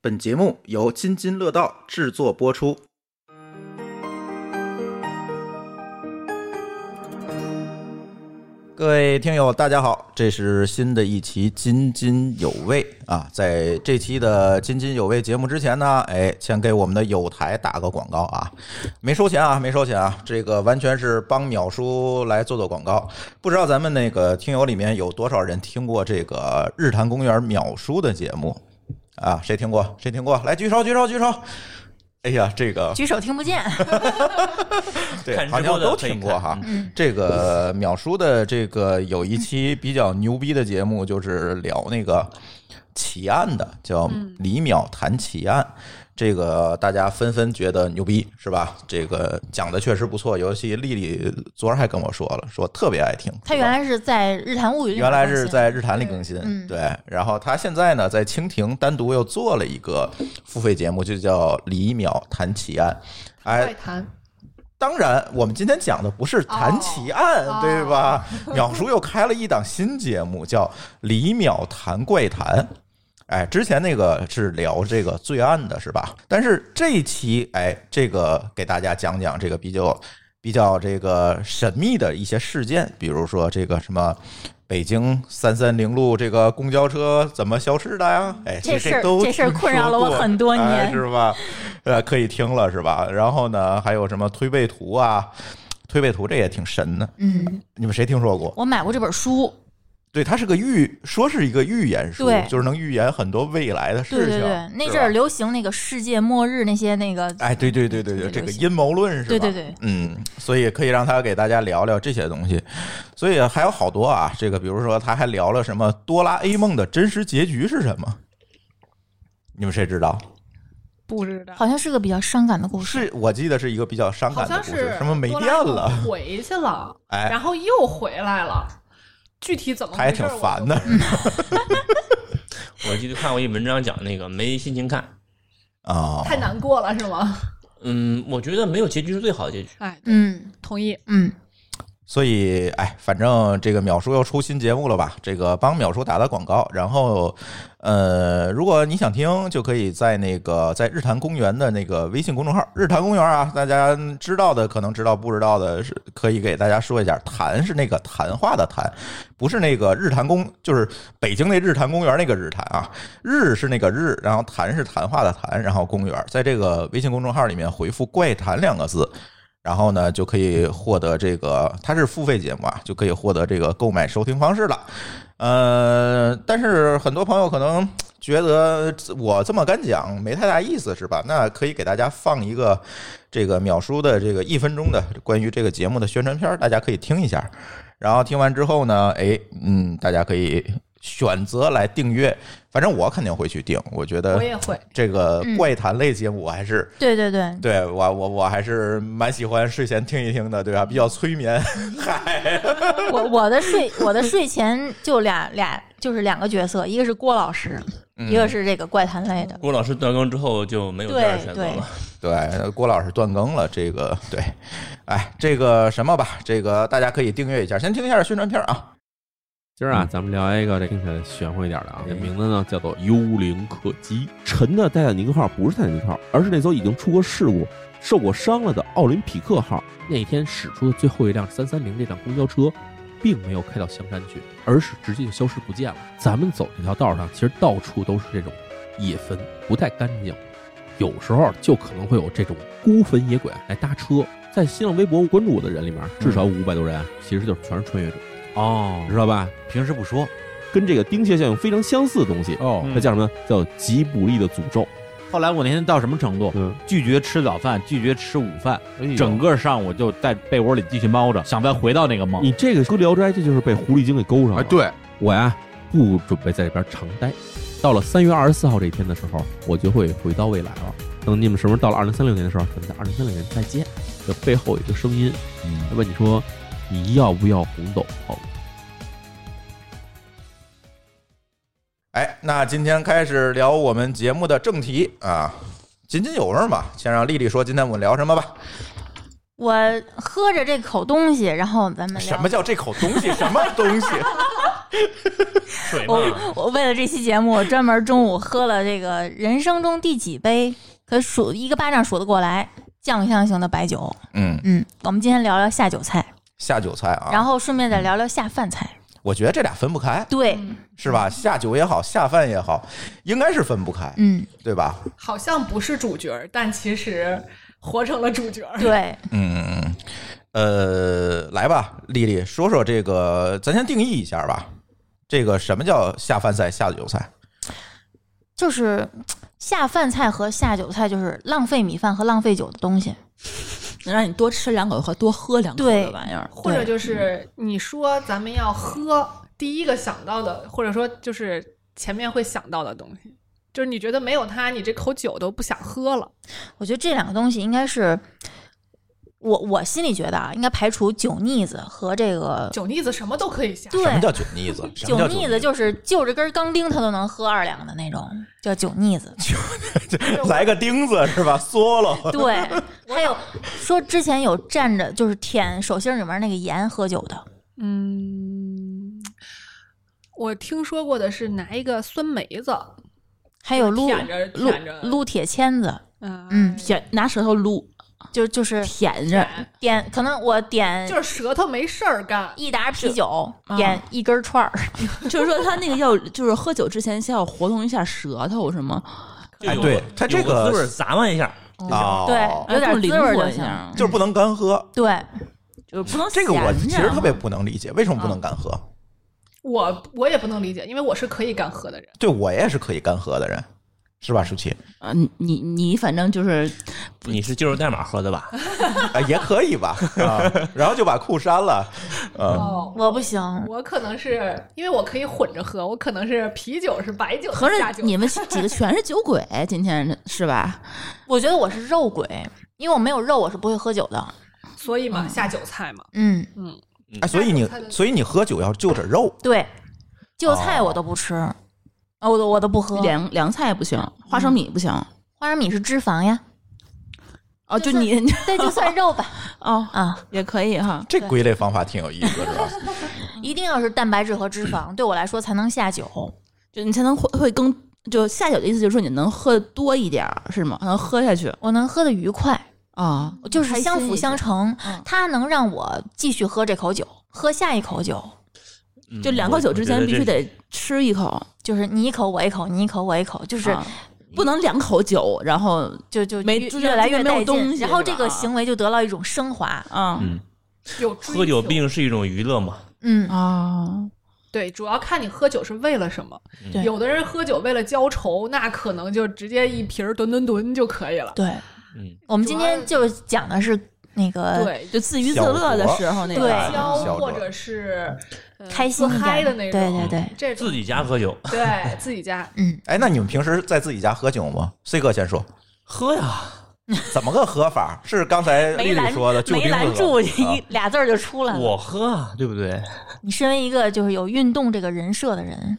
本节目由津津乐道制作播出。各位听友，大家好，这是新的一期《津津有味》啊。在这期的《津津有味》节目之前呢，哎，先给我们的友台打个广告啊，没收钱啊，没收钱啊，这个完全是帮淼叔来做做广告。不知道咱们那个听友里面有多少人听过这个《日坛公园》淼叔的节目啊？谁听过？谁听过？来举手，举手，举手！哎呀，这个举手听 不见，对，看直好像播的都可以听看过哈。嗯这个淼叔的这个有一期比较牛逼的节目，就是聊那个奇案的，叫嗯李淼谈奇案。这个大家纷纷觉得牛逼，是吧？这个讲的确实不错，尤其丽丽昨儿还跟我说了，说特别爱听。他是吧原来是在《日谈物语》里面原来是更新在日坛里更新，嗯对。然后他现在呢，在蜻蜓单独又做了一个付费节目，就叫《李淼谈奇案》。哎快，谈，当然，我们今天讲的不是谈奇案，哦对吧？淼叔又开了一档新节目，叫《李淼谈怪谈》。哎，之前那个是聊这个罪案的，是吧？但是这一期，哎，这个给大家讲讲这个比较比较这个神秘的一些事件，比如说这个什么北京三三零路这个公交车怎么消失的呀？哎，这事儿都这事儿困扰了我听说过很多年哎是吧？呃，可以听了是吧？然后呢，还有什么推背图啊？推背图这也挺神的，嗯，你们谁听说过？我买过这本书，对，它是个预，说是一个预言书对，就是能预言很多未来的事对情。对对，那阵儿是吧流行那个世界末日那些那个，哎，对对对对对，流行这个阴谋论是吧？对对对，嗯，所以可以让他给大家聊聊这些东西。所以还有好多啊，这个比如说他还聊了什么哆啦 A 梦的真实结局是什么？你们谁知道？不知道，好像是个比较伤感的故事。是我记得是一个比较伤好感的像故事是，什么没哆电啦 A 梦了，回去了， 哎然后又回来了，具体怎么他也挺烦的。我记得看过一文章讲那个没心情看，啊，太难过了是吗？嗯，我觉得没有结局是最好的结局。 哎，嗯同意。嗯，所以，哎，反正这个淼叔要出新节目了吧？这个帮淼叔打打广告。然后，呃，如果你想听，就可以在那个在日坛公园的那个微信公众号“日坛公园”啊，大家知道的可能知道，不知道的是可以给大家说一下。谈是那个谈话的谈，不是那个日坛公，就是北京那日坛公园那个日坛啊。日是那个日，然后谈是谈话的谈，然后公园，在这个微信公众号里面回复“怪谈”两个字，然后呢，就可以获得这个，它是付费节目啊，就可以获得这个购买收听方式了。呃，但是很多朋友可能觉得我这么敢讲没太大意思，是吧？那可以给大家放一个这个秒叔的这个一分钟的关于这个节目的宣传片儿，大家可以听一下。然后听完之后呢，哎，嗯，大家可以选择来订阅，反正我肯定会去订。我觉得我也会，这个嗯怪谈类节目我还是。对 对对，对我我我还是蛮喜欢睡前听一听的，对吧？比较催眠。我我的睡我的睡前就俩俩就是两个角色，一个是郭老师，嗯一个是这个怪谈类的。郭老师断更之后就没有第对二选择对了。 对，郭老师断更了，这个对，哎，这个什么吧，这个大家可以订阅一下，先听一下宣传片啊。今儿啊，咱们聊一个这听起来玄乎一点的啊，这名字呢叫做《幽灵客机》。沉的泰坦尼克号不是泰坦尼克号，而是那艘已经出过事故、受过伤了的奥林匹克号。那天驶出的最后一辆三三零这辆公交车，并没有开到香山去，而是直接就消失不见了。咱们走这条道上，其实到处都是这种野坟，不太干净。有时候就可能会有这种孤坟野鬼来搭车。在新浪微博关注我的人里面，至少五百多人，其实就是全是穿越者，哦知道吧？平时不说跟这个丁蟹效应非常相似的东西，哦它叫什么？叫吉卜力的诅咒。后来我那天到什么程度？嗯，哎拒绝吃早饭，拒绝吃午饭，哎整个上午就在被窝里继续猫着，想再回到那个梦。你这个搁《聊斋》，这就是被狐狸精给勾上了。哎，，对，我呀不准备在这边常待。到了三月二十四号这一天的时候，我就会回到未来了。等你们什么时候到了二零三六年的时候，咱们在二零三六年再见。这背后有一个声音，嗯他问你说：“你要不要红斗篷？”哎，那今天开始聊我们节目的正题啊，津津有味嘛。先让丽丽说今天我们聊什么吧。我喝着这口东西，然后咱们聊 什么叫这口东西？什么东西？水嘛，我我为了这期节目，我专门中午喝了这个人生中第几杯，可数一个巴掌数得过来，酱香型的白酒。嗯，嗯，我们今天聊聊下酒菜，下酒菜啊，然后顺便再聊聊下饭菜。我觉得这俩分不开，对，是吧？下酒也好，下饭也好，应该是分不开，嗯，对吧？好像不是主角儿，但其实活成了主角儿。对，嗯，嗯嗯，呃，来吧，丽丽，说说这个，咱先定义一下吧。这个什么叫下饭菜、下酒菜？就是下饭菜和下酒菜，就是浪费米饭和浪费酒的东西。能让你多吃两口和多喝两口对的玩意儿，或者对就是你说咱们要喝，第一个想到的，或者说就是前面会想到的东西，就是你觉得没有它，你这口酒都不想喝了。我觉得这两个东西应该是。我我心里觉得啊，应该排除酒腻子和这个酒腻子什么都可以下，对什么叫酒腻子？什么酒叫腻子，就是就着根钢钉他都能喝二两的那种，叫酒腻子。来个钉子是吧？solo，对，还有说之前有蘸着就是舔手心里面那个盐喝酒的，嗯，我听说过的是拿一个酸梅子，还有撸舔着撸舔着，撸铁签子，嗯嗯，舔拿舌头撸就就是舔着，点可能我点就是舌头没事儿干，一打啤酒，啊点一根串儿，就是说他那个要就是喝酒之前先要活动一下舌头是吗？就哎有对它这有个滋味儿砸完一下，哦， 对，嗯有哎点灵滋味活就一行。下，就是不能干喝。对，就是不能这个我闲其着啊实特别不能理解，为什么不嗯能干喝？我我也不能理解，因为我是可以干喝的人。对我也是可以干喝的人，是吧，舒淇？啊，你你你反正就是你是就是代码喝的吧？啊，也可以 吧。啊，然后就把裤删了。嗯，哦我不行，我可能是因为我可以混着喝，我可能是啤酒是白酒的合下着酒，你们几个全是酒鬼，今天是吧？我觉得我是肉鬼，因为我没有肉我是不会喝酒的。所以嘛下酒菜嘛，嗯，嗯，哎，所以你下酒菜的所以你喝酒要就着肉，对，就菜我都不吃，啊，我都我都不喝，凉凉菜不行，花生米不行。花生米是脂肪呀，哦，就就你 那就算肉吧。哦，啊，也可以哈。这归类方法挺有意思，是 吧？一定要是蛋白质和脂肪，对我来说才能下酒。就你才能会会更就下酒的意思就是说你能喝得多一点儿是吗？能喝下去我能喝的愉快，啊，就是相辅相成，成嗯，它能让我继续喝这口酒，喝下一口酒。嗯就两口酒之前必须。我我觉得这得吃一口，就是你一口我一口，你一口我一口，就是、啊不能两口酒，然后就就没越中间越来越中间没有带东劲，西然后是吧这个行为就得到一种升华。啊嗯，有追喝酒求毕竟是一种娱乐嘛，嗯，啊，对，主要看你喝酒是为了什么。嗯对有的人喝酒为了浇愁，那可能就直接一瓶儿吨吨吨就可以了。对，嗯，我们今天就是讲的是那个对，就自娱自乐的时候那对个浇小酌或者是、嗯呃开心自一嗨点的那种，对对对，这种自己家喝酒对自 己家嗯，哎，那你们平时在自己家喝酒吗？C 哥先说，喝呀，怎么个喝法？是刚才丽没丽拦说啊的，就没钉拦子住喝一啊俩字儿就出来了。我喝啊，对不对？你身为一个就是有运动这个人设的人，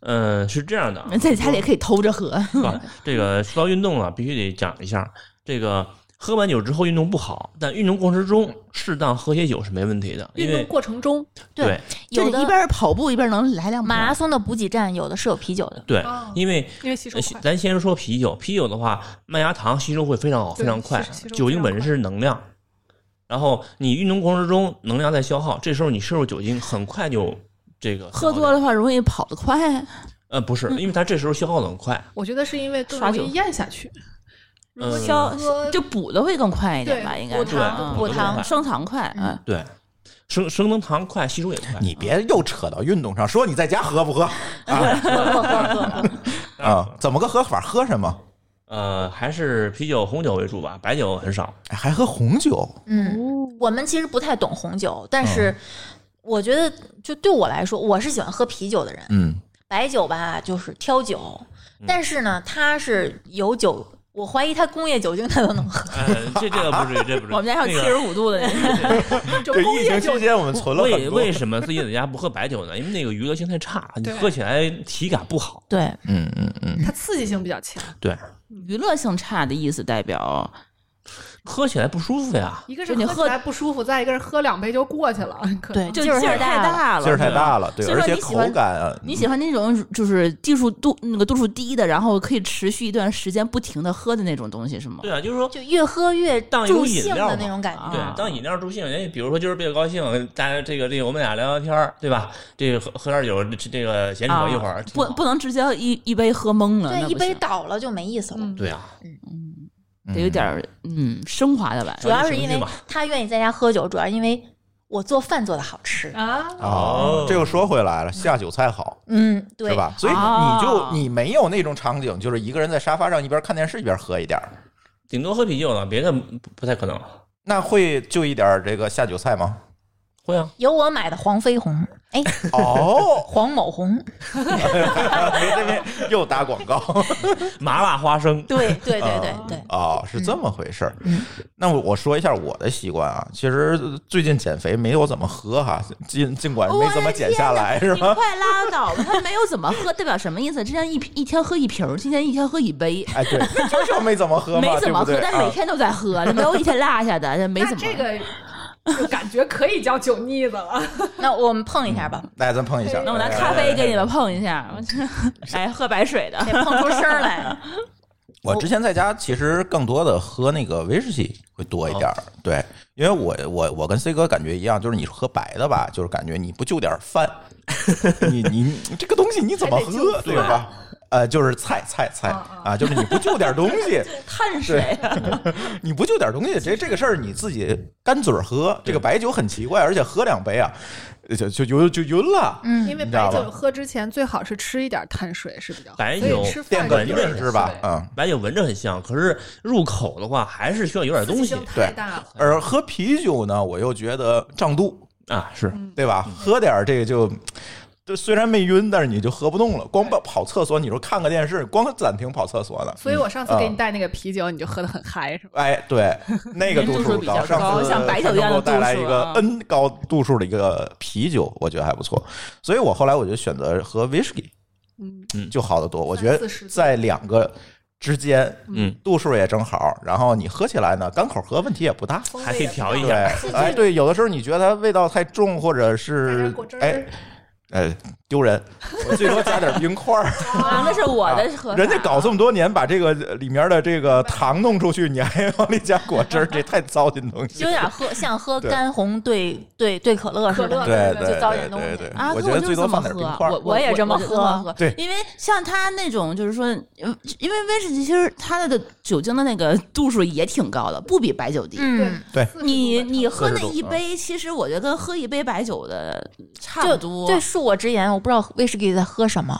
嗯，是这样的，在家里也可以偷着 喝，啊，这个说到运动啊，必须得讲一下，这个喝完酒之后运动不好，但运动过程中适当喝些酒是没问题的，因运为动过程中对就有是的一边跑步一边能来两马拉麻松的补给站有的是有啤酒的，哦对啊，因为因为吸收呃快，咱先说啤酒，啤酒的话，麦芽糖吸收会非常好，对非常快吸吸收。酒精本身是能量，然后你运动过程中能量在消耗，这时候你摄入酒精很快就这个喝多了。的话容易跑得快，呃，不是，因为它这时候消耗的很快。我觉得是因为更耍容酒易咽下去。如果嗯你消喝 就补的会更快一点对吧，应该补是糖啊补糖升糖快，嗯，对，升升能糖快，吸收也快。你别又扯到运动上，说你在家喝不 喝 啊？怎么个喝法？喝什么？呃，还是啤酒、红酒为主吧，白酒很少。哎还喝红酒？嗯，我们其实不太懂红酒，但是嗯我觉得，就对我来说，我是喜欢喝啤酒的人。嗯，白酒吧，就是挑酒，嗯但是呢，它是有酒，我怀疑它工业酒精它都能喝。呃，这这个不至于，这不至于。 我们家还有那七个十五度 的那个，就这工疫业情酒期间我们存了为很多为。什么自己在家不喝白酒呢？因为那个娱乐性太差，你对喝起来体感不好。对，嗯嗯嗯，它刺激性比较强，对，娱乐性差的意思代表喝起来不舒服呀。一个就是你喝起喝来不舒服，再一个是喝两杯就过去了，可能对，就劲儿嗯劲儿太太大大了，劲儿太大了，对，所以说而且你喜口欢感嗯你喜欢那种就是技术度那个度数低的，然后可以持续一段时间不停的喝的那种东西是吗？对啊，就是说，就越喝越当一种助饮兴料的嘛那种感觉。对啊，当饮料助兴，人家比如说今儿比较高兴，大家这个这个我们俩聊聊天儿，对吧？这个喝喝点酒，这这个闲扯啊一会儿，不不能直接一一杯喝懵了，对，那一不杯行倒了就没意思了。嗯对啊，嗯，嗯得有点儿嗯升华的玩意主儿。要是因情绪为嘛他愿意在家喝酒，主要是因为我做饭做的好吃。啊，哦，这又说回来了，下酒菜好。嗯，对是吧？所以你哦就你没有那种场景，就是一个人在沙发上一边看电视一边喝一点儿，顶多喝啤酒了，别的不不太可能。那会就一点儿这个下酒菜吗？会啊，有我买的黄飞鸿，哎，哦，黄某 红，没这边 又打广告麻辣花生，对对对对啊对，哦，是这么回事儿嗯。那我我说一下我的习惯啊，其实最近减肥没有怎么喝哈，尽尽管没怎么减下来是你吧？快拉倒吧！他没有怎么喝，代表什么意思？之前一瓶一天喝一瓶儿，今天一天喝一杯，哎，对，就是没怎么喝嘛，没怎么喝对，不对但每啊？天都在喝，没有一天落下的，没那怎么。这个就感觉可以叫酒腻子了。那我们碰一下 吧，来，咱碰一下。那我拿咖啡给你哎们碰一下，我 这哎，喝白水的得碰出声儿来。我之前在家其实更多的喝那个威士忌会多一点儿，对，因为我我我跟 C 哥感觉一样，就是你喝白的吧，就是感觉你不就点儿饭，你你这个东西你怎么还得就喝，饭对吧？呃，就是菜菜菜啊啊，就是你不就点儿东西，碳水，你不就点儿东西，这这个事儿你自己干嘴儿喝，这个白酒很奇怪，而且喝两杯啊，就就就就晕了。嗯，因为你知道白吧酒喝之前最好是吃一点碳水是比较好，白所以酒吃垫饭个就底有儿点是吧？对嗯，白酒闻着很香，可是入口的话还是需要有点东西刺激性太大了，而喝啤酒呢，我又觉得胀肚，啊。是嗯对吧？喝点儿这个就，就虽然没晕，但是你就喝不动了。光跑跑厕所，你说看个电视，光暂停跑厕所呢。所以我上次嗯给你带那个啤酒，你就喝的很嗨，是吧？哎，对，那个度度数数比较上高次像白酒一他样的给我带来度一数个啊 N 高度数的一个啤酒，我觉得还不错。所以我后来我就选择喝 whisky，嗯，就好得多。我觉得三四十度在两个之间，嗯，度数也正好，然后你喝起来呢，干口喝问题也不大。风味还可以也啊不调一对下，哎，对，有的时候你觉得它味道太重，或者加是点果汁儿哎，呃，丢人，我最多加点冰块儿。啊，那是我的喝 法。人家搞这么多年，把这个呃里面的这个糖弄出去，你还往里加果汁儿，这太糟践东西有。点喝像喝对干红兑兑兑可乐似可乐的，对对对就糟践对东西对对啊，我可觉得就最多这么放点喝，冰块儿我。我也这么我就么喝喝，对因为像他那种就是说，嗯因为威士忌其实它的酒精的那个度数也挺高的，不比白酒低。嗯，对40度 你吧你喝那40度一杯，其实我觉得跟喝一杯白酒的差不就多。对，恕我直言，我不知道威士忌在喝什么，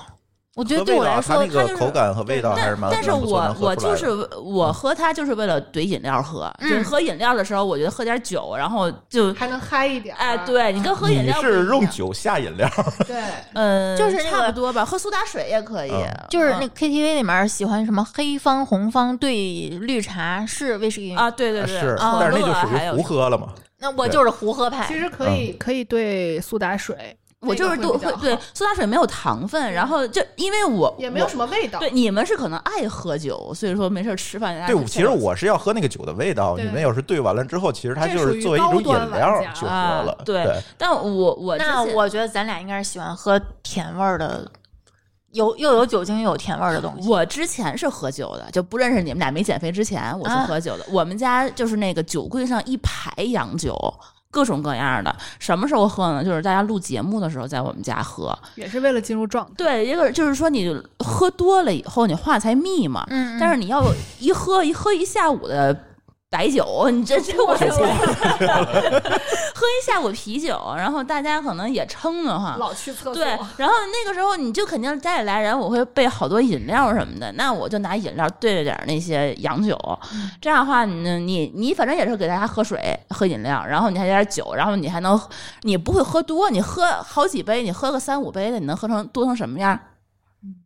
我觉得和对味我道，来它说，那它个就是口感和味道还是但蛮但是蛮不错能我喝我出来就的是我喝它就是为了怼饮料喝，嗯就是喝饮料的时候，我觉得喝点酒，然后就还能嗨一点儿，啊哎，对你跟喝饮你料不是一用样酒下饮料，对，嗯，就是那个差不多吧，喝苏打水也可以嗯，就是嗯那 KTV 里面喜欢什么黑方、红方兑绿茶是威士忌，啊，对对对，是，啊但是那就属还于有胡喝了嘛。那我就是胡喝派。其实可以嗯可以兑苏打水，我就那是个对会比较会好对苏打水没有糖分，然嗯后就因为我也没有什么么味道，对你们是可能爱喝酒，所以说没事儿吃饭。大家对就，其实我是要喝那个酒的味道。对你们有时兑完了之后，其实它这就属是于作为一种高饮端料玩家去喝啊了。对对，但我我之那前我觉得咱俩应该是喜欢喝甜味儿的，有又有酒精又有甜味儿的东西。我之前是喝酒的，就不认识你们俩没减肥之前，我是啊喝酒的。我们家就是那个酒柜上一排洋酒。各种各样的，什么时候喝呢？就是大家录节目的时候，在我们家喝。也是为了进入状态。对，一个就是说你喝多了以后，你话才密嘛。嗯，但是你要有一喝一喝一下午的白酒，你这这我喝 一下午啤酒，然后大家可能也撑 得慌。老去厕所， 对， 然后那个时候你就肯定家里来人，我会备好多饮料什么的，那我就拿饮料兑着点儿那些洋酒，嗯这样的话你你你反正也是给大家喝水、喝饮料，然后你还有点酒，然后你还能你不会喝多，你喝好几杯，你喝个三五杯的，你能喝成多成什么样？嗯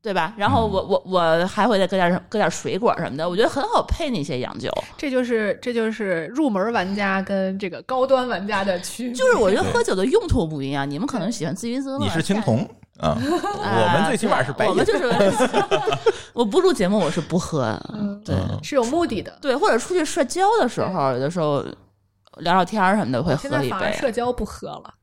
对吧？然后我我我还会再搁点儿搁点儿水果什么的，我觉得很好配那些洋酒。这就是这就是入门玩家跟这个高端玩家的区别。就是我觉得喝酒的用途不一样，你们可能喜欢自娱自乐。你是青铜，啊，我们最起码是白我银，们就是 我不录节目，我是不喝，对嗯是有目的的。对，或者出去社交的时候，有的时候聊聊天儿什么的会现喝在一反而杯。社交不喝了，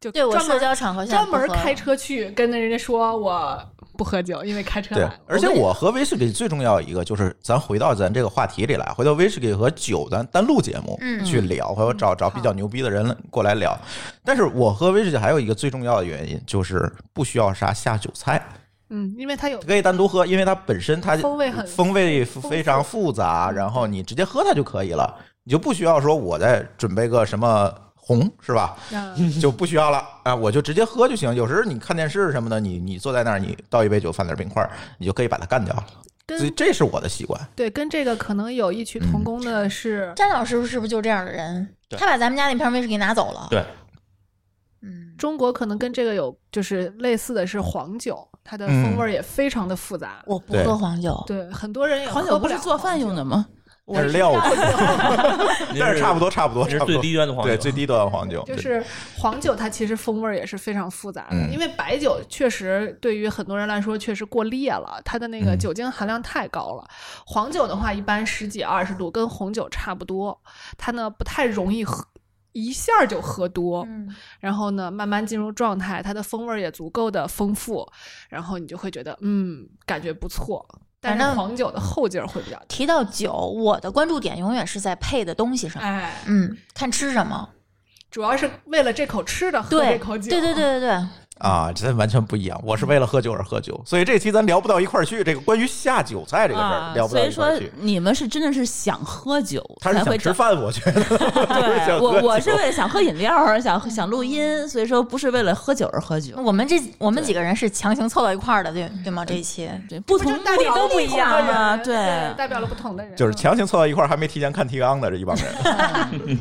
就对我专门社交场合下专门不喝开车去跟人家说我不喝酒，因为开车对来。，而且跟你我和威士忌最重要一个就是，咱回到咱这个话题里来，回到威士忌和酒，咱单录节目嗯去聊，或者找找比较牛逼的人过来聊。但是我喝威士忌还有一个最重要的原因，就是不需要啥下酒菜，嗯，因为它有可以单独喝，因为它本身它风味很风味富非常复杂，嗯然后你直接喝它就可以了，你就不需要说我再准备个什么红是吧？嗯就不需要了啊，我就直接喝就行。有时候你看电视什么的，你你坐在那儿，你倒一杯酒，放点冰块儿，你就可以把它干掉了。所以嗯跟这是我的习惯。对跟这个可能有异曲同工的是，詹老师是不是就是这样的人？对他把咱们家那瓶威士忌拿走了。对，嗯，中国可能跟这个有就是类似的是黄酒，它的嗯风味也非常的复杂。我不对喝黄酒，对，很多人也黄喝酒不了是做饭用的吗？我是料子，但是差不多，多，差不多，这差是不最多。低端的黄酒，对最低端的黄酒，就对是黄酒，它其实风味儿也是非常复杂的，嗯因为白酒确实对于很多人来说确实过烈了，它的那个嗯酒精含量太高了。黄酒的话，一般十几二十度，跟红酒差不多，它呢不太容易喝。一下儿就喝多，嗯，然后呢，慢慢进入状态，它的风味儿也足够的丰富，然后你就会觉得，嗯，感觉不错。但是反正黄酒的后劲儿会比较大，提到酒，我的关注点永远是在配的东西上。哎，嗯，看吃什么。主要是为了这口 吃的喝这对，口对酒，对对对对，啊，这完全不一样。我是为了喝酒而喝酒，所以这期咱聊不到一块儿去。这个关于下酒菜这个事儿、啊，聊不所到以一块说儿去。你们是真的是想喝酒他是才想会吃找。饭，我觉得。是对，想我喝我酒是为了想喝饮料，想想录嗯音，所以说不是为了喝酒而喝酒。我们这我们几个人是强行凑到一块儿的，对对吗？这一期对，不不同就代目的表都了不一同的样嘛。人对，代表了不同的人，啊就是强行凑到一块儿，还没提前看提纲的这一帮人。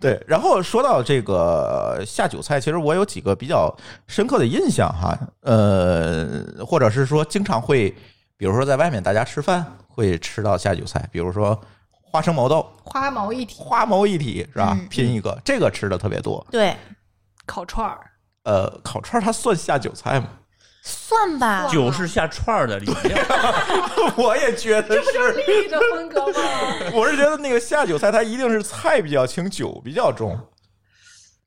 对，然后说到这个下酒菜，其实我有几个比较深刻的印象哈，呃，或者是说经常会，比如说在外面大家吃饭会吃到下酒菜，比如说花生毛豆、花毛一体、花毛一体是吧嗯？拼一个，这个吃的特别多。对烤串儿，呃，烤串儿它算下酒菜吗？ 算吧，酒是下串儿的里面， 我也觉得是，这个风格吗？ 我是觉得那个下酒菜，它一定是菜比较轻，酒比较重，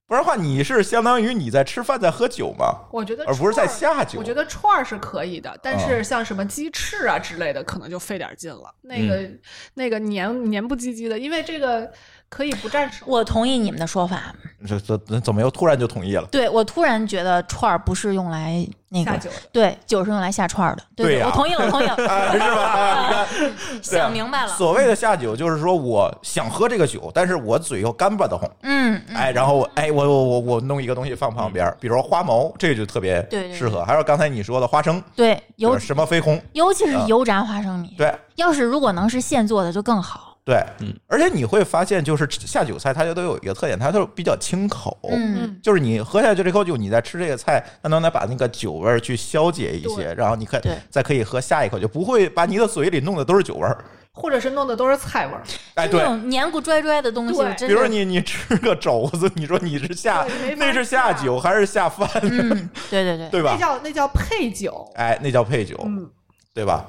不然的话，你是相当于你在吃饭在喝酒嘛， 我觉得而不是在串儿。下酒。啊我觉得串儿是可以的，但是像什么鸡翅啊之类的，可能就费点劲了。那嗯个、那个黏黏不唧唧的，因为这个可以不沾手。我同意你们的说法。这这这怎么又突然就同意了？ 对我突然觉得串儿不是用来那下个，酒的对，酒是用来下串儿的。对，对呀我同意了，我同意 了，啊，是吧？啊你看对啊想明白 了。所谓的下酒，就是说我想喝这个酒，但是我嘴又干巴的慌，嗯，嗯哎，然后我哎，我我我我弄一个东西放旁边儿，比如说花毛，这就特别对对对嗯适合。还有刚才你说的花生，对，就尤是什么飞鸿，尤其是啊油炸花生米，对，要是如果能是现做的就更好。对，嗯而且你会发现，就是下酒菜它就都有一个特点，它都比较清口，嗯，就是你喝下去这口酒，你在吃这个菜，它能来把那个酒味儿去消解一些，对然后你可对再可以喝下一口，就不会把你的嘴里弄的都是酒味儿。或者是弄的都是菜味儿，哎，那对，种黏糊拽拽的东西，对我真比如说是，你你吃个肘子，你说你是下对没法那是下下酒啊还是下饭，嗯，对对对，对那吧？叫那叫配酒。哎，那叫配酒，嗯对吧？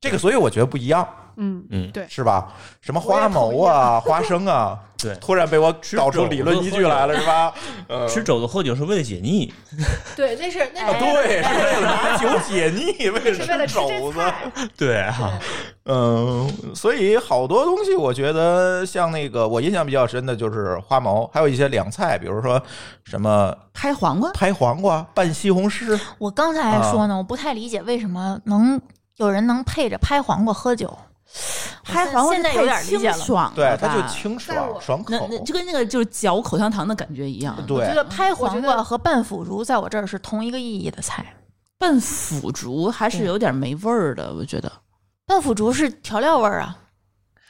这个所以我觉得不一样，嗯，是吧？什么我也花同毛啊、 花生啊， 对突然被我搞肘出子理论依据来了，是吧？嗯 吃肘子喝酒是为了解腻，对，那是那啊，是对，是为了拿酒解腻，为是了吃为了吃这肘子。菜。对啊，嗯，所以好多东西，我觉得像那个我印象比较深的就是花毛，还有一些凉菜，比如说什么拍黄瓜，拍黄瓜、拌西红柿，我刚才还说啊呢，我不太理解为什么能有人能配着拍黄瓜喝酒，拍黄瓜现在是有太点理解清了。爽对了，它就吧清但爽我爽那口那，就跟那个就是嚼口香糖的感觉一样。啊我觉对得拍黄我觉瓜得和拌腐竹在我这儿是同一个意义的菜。拌腐竹还是有点没味儿的，我觉得。拌腐竹是调料味儿啊，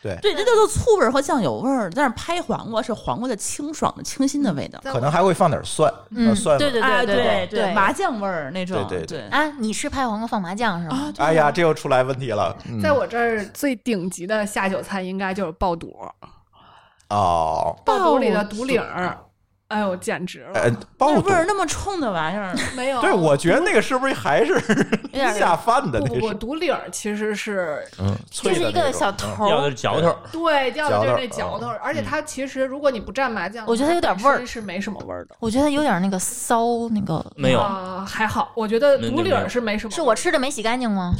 对，这叫做醋味儿和酱油味儿，但是拍黄瓜是黄瓜的清爽的、清新的味道。在可能还会放点蒜，呃嗯，蒜味。对对嗯哎，对对对，麻酱味儿那种，对对对啊，你吃拍黄瓜放麻酱是吗？啊，对哎啊呀，这又出来问题了。嗯在我这儿最顶级的下酒菜应该就是爆肚，哦，爆肚里的肚领儿，哎呦，简直了，呃，爆那肚味。儿那么冲的玩意 儿，没有。对，我觉得那个是不是还是有 点下饭的不那不不，是？毒理儿其实是嗯，就脆是的一个那种小哦头要儿的，是嚼头，对，掉的就是那嚼哦嚼头头，而且它其实如果你不蘸麻酱，我觉得它有点味儿本身是没什么味儿的。我觉得有点那个骚那个，没哦有，啊，还好，我觉得那独那理没有儿是没什么味儿，是我吃的没洗干净吗？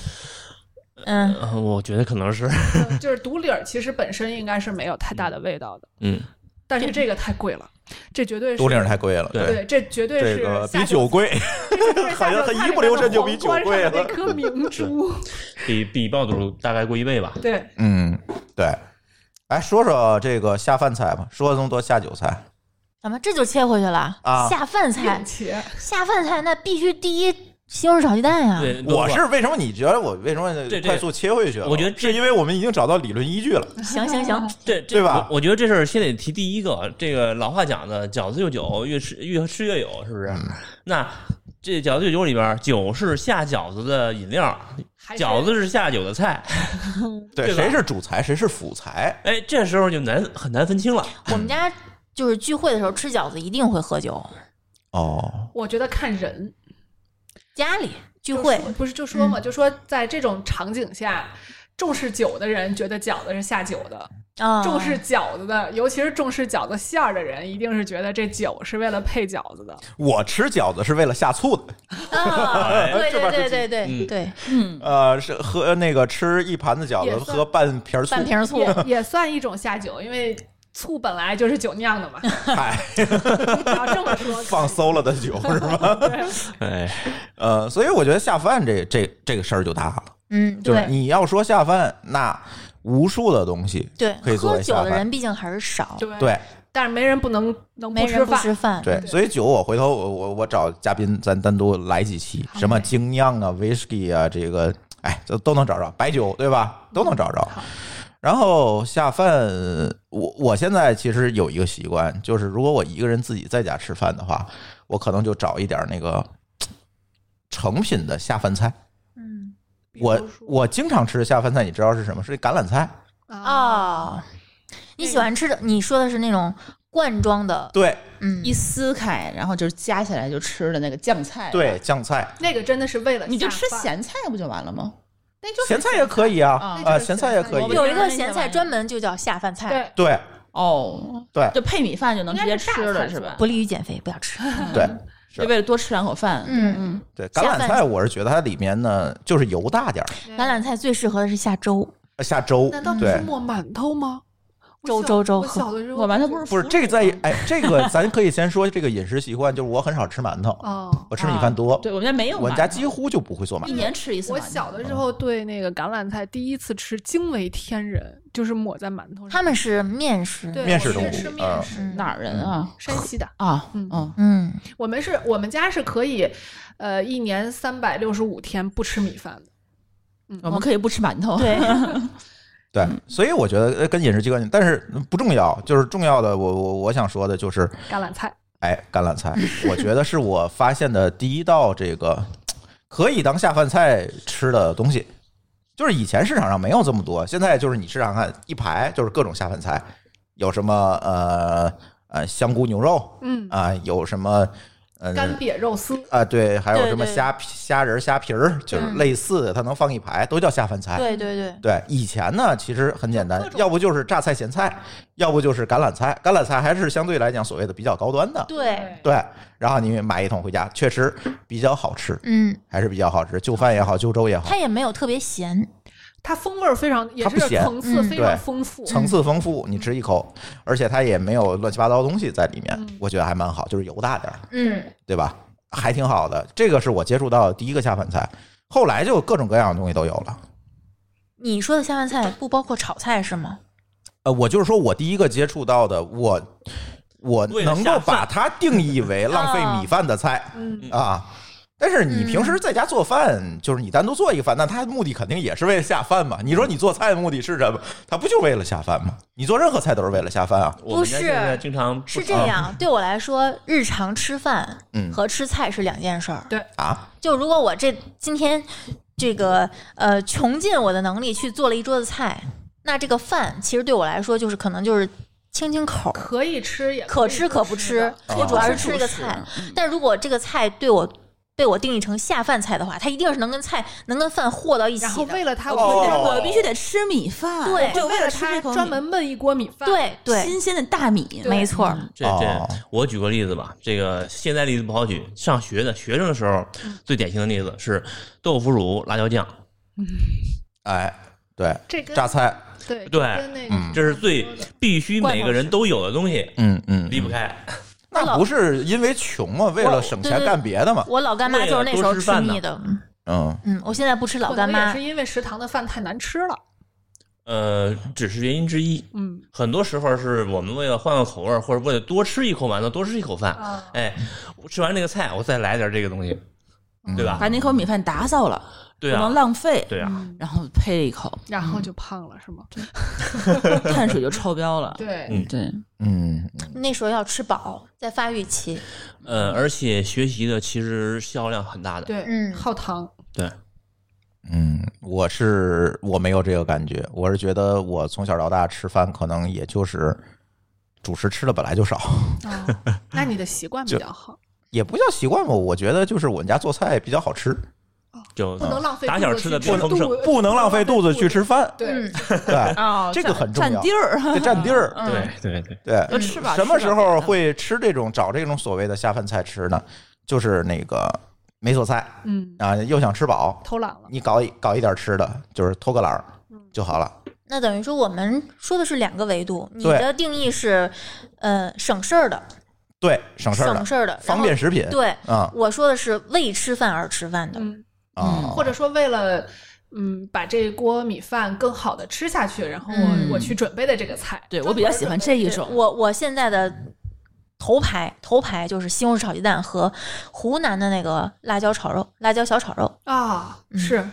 嗯，呃我觉得可能是，嗯 就是独理儿，其实本身应该是没有太大的味道的，嗯，但是这个太贵了，这绝对是都令太贵了，对对，这绝对这是个下比酒酒贵，好像他一不留神就比酒贵了那颗 明珠， 比比爆肚大概贵一倍吧。对，嗯，对。哎，说说这个下饭菜吧，说了这么多下酒菜，咱们这就切回去了。啊下饭菜并，且下饭菜那必须第一西红柿炒鸡蛋啊 呀。对，我是为什么你觉得我为什么这快速切回去了？我觉得这是因为我们已经找到理论依据了。行行行，这这对吧我我觉得这事儿先得提第一个，这个老话讲的“饺子就酒，越吃越吃越有”，是不是？那这饺子就酒里边儿，酒是下饺子的饮料，还是饺子是下酒的菜。对，对吧谁是主材，谁是辅材？哎，这时候就难很难分清了。 我们家就是聚会的时候吃饺子一定会喝酒，嗯哦，我觉得看人家里聚就会说不是就说嗯嘛，就说在这种场景下。重视酒的人觉得饺子是下酒的，嗯啊，重视饺子的，尤其是重视饺子馅儿的人，一定是觉得这酒是为了配饺子的。我吃饺子是为了下醋的，啊，对这边对儿对对对嗯对，嗯，呃，是喝那个吃一盘子饺也子，算喝半瓶儿醋半，瓶醋， 也也算一种下酒，因为醋本来就是酒酿的嘛。 嗨，要这么说，放馊了的酒是 吧？哎，呃，所以我觉得下饭这这这个事儿就大了，嗯，就是对你要说下饭，那无数的东西可以对，作喝为酒下的饭人毕竟还是少，对对但是没人不能能没人吃不饭，吃饭，对，所以酒我回头我我我找嘉宾，咱单独来几期，什么精酿啊、whisky 啊，这个哎，都都能找着，白酒对吧？都能找着。然后下饭，我我现在其实有一个习惯，就是如果我一个人自己在家吃饭的话，我可能就找一点那个嘖成品的下饭菜。嗯比如我说我经常吃的下饭菜，你知道是什么？是橄榄菜。啊，哦，你喜欢吃的，你说的是那种罐装的，对嗯一，撕开，然后就是夹起来就吃的那个酱菜，对，，酱菜，那个真的是为了你就吃下饭，咸菜不就完了吗？那就是咸菜也可以啊啊啊，咸菜也可以我。们有一个咸菜专门就叫下饭菜，对。对哦，对就配米饭就能直接吃了是吧？不利于减肥，不要吃。对，就为了多吃两口饭，嗯嗯，对，橄榄下饭菜我是觉得它里面呢就是油大点儿，橄榄菜最适合的是下粥，呃下粥难道，不是对。抹馒头吗？我粥小粥粥我小的时候我馒头不是不是这个在哎，这个咱可以先说这个饮食习惯，就是我很少吃馒头，哦，我吃米饭多，啊对我们家没有馒头，我们家几乎啊就不会做馒一头。年吃一次我馒头。小的时候对那个橄榄菜第一次吃惊为天人，就是抹在馒头上。他们是面食，对面食我是动物吃面嗯食，嗯哪儿人啊山西的。啊嗯嗯，嗯，我们是我们家是可以，呃，一年三百六十五天不吃米饭的。嗯，我们可以不吃馒头， 对，对，所以我觉得呃跟饮食习惯，但是不重要，就是重要的，我我我想说的就是，橄榄菜，哎，橄榄菜，我觉得是我发现的第一道这个可以当下饭菜吃的东西，就是以前市场上没有这么多，现在就是你市场上看一排就是各种下饭菜，有什么呃呃香菇牛肉嗯，啊、有什么嗯、呃、干瘪肉丝，啊，对，还有对什么对虾皮虾仁儿、虾皮儿，就是嗯类似的，它能放一排，都叫下饭菜。对对对，对，以前呢其实很简单各，种要不就是榨菜、咸菜，要不就是橄榄菜。橄榄菜还是相对来讲所谓的比较高端的，对，对。然后你买一桶回家，确实比较好吃，嗯，还是比较好吃，就饭也好，就粥也好它，也没有特别咸，它风味儿非常，也它不是咸层次嗯非对常丰富。层次丰富，你吃一口，而且它也没有乱七八糟的东西在里面嗯，我觉得还蛮好，就是油大点儿。嗯，对吧？还挺好的。这个是我接触到的第一个下饭菜，后来就各种各样的东西都有了。你说的下饭菜不包括炒菜是吗？呃，我就是说我第一个接触到的，我我为了能下够饭把它定义为浪费米饭的菜嗯， 啊。但是你平时在家做饭，就是你单独做一个饭，那它目的肯定也是为了下饭嘛。你说你做菜的目的是什么？它不就为了下饭吗？你做任何菜都是为了下饭啊。我们家不是现在经常啊不是吃这样，对我来说，日常吃饭嗯和吃菜是两件事儿。啊，就如果我这今天这个呃穷尽我的能力去做了一桌子菜，那这个饭其实对我来说就是可能就是清清口儿，可以吃也可以吃可不吃的。，我主要是吃吃这个菜。嗯但如果这个菜对我被我定义成下饭菜的话，它一定是能跟菜能跟饭和到一起的。然后为了它，哦我会我必须得吃米饭，对就为了了吃它这口米专门焖一锅米饭。，对对，新鲜的大米，没错儿，嗯这这哦，我举个例子吧，这个现在例子不好举，上学的学生的时候，嗯最典型的例子是豆腐乳辣椒酱，嗯哎，对，这跟榨菜，对对跟那嗯个这是最必须每个人都有的东西，嗯嗯，离不开。那不是因为穷嘛，为了省钱干别的嘛，我老干妈就是那时候吃腻的。嗯嗯，嗯，我现在不吃老可干能也妈是，因为食堂的饭太难吃了。嗯呃，只是原因之一。嗯很多时候是我们为了换个口味儿，或者为了多吃一口馒头，多吃一口饭。啊，哎，我吃完这个菜，我再来点这个东西，对吧？把那口米饭打扫了，对不能啊，浪费，对啊，嗯然后配一 口，嗯然后就胖了是吗？碳水就超标了。对嗯，对，嗯，那时候要吃饱，在发育期。呃，而且学习的其实消耗量很大的。对，嗯耗糖。对，嗯，我是我没有这个感觉，我是觉得我从小到大吃饭可能也就是主食吃的本来就少， 哦，那你的习惯比较好，也不叫习惯吧。我觉得就是我们家做菜比较好吃，就不啊能浪费肚打子去小吃吃。的比较丰盛，不能浪费肚子去吃饭，对嗯，，对，哦这个很重要占地儿，得占地儿，嗯，对，对对，对，就吃吧。什么时吃吧候？嗯会吃这种找这种所谓的下饭菜吃呢？就是那个没做菜嗯，啊，又想吃饱，偷懒了。你搞一搞一点吃的，就是偷个懒儿就好了。那等于说我们说的是两个维度，你对的定义是，呃，省事儿的，对，省事儿省的，事儿的，方便。食品。对，啊我说的是为吃饭而吃饭的，嗯，啊，嗯或者说为了。嗯，把这锅米饭更好的吃下去，然后我、嗯我去准备的这个菜，对我比较喜欢这一种，我我现在的头牌头牌就是西红柿炒鸡蛋和湖南的那个辣椒炒肉，辣椒小炒肉，啊，嗯是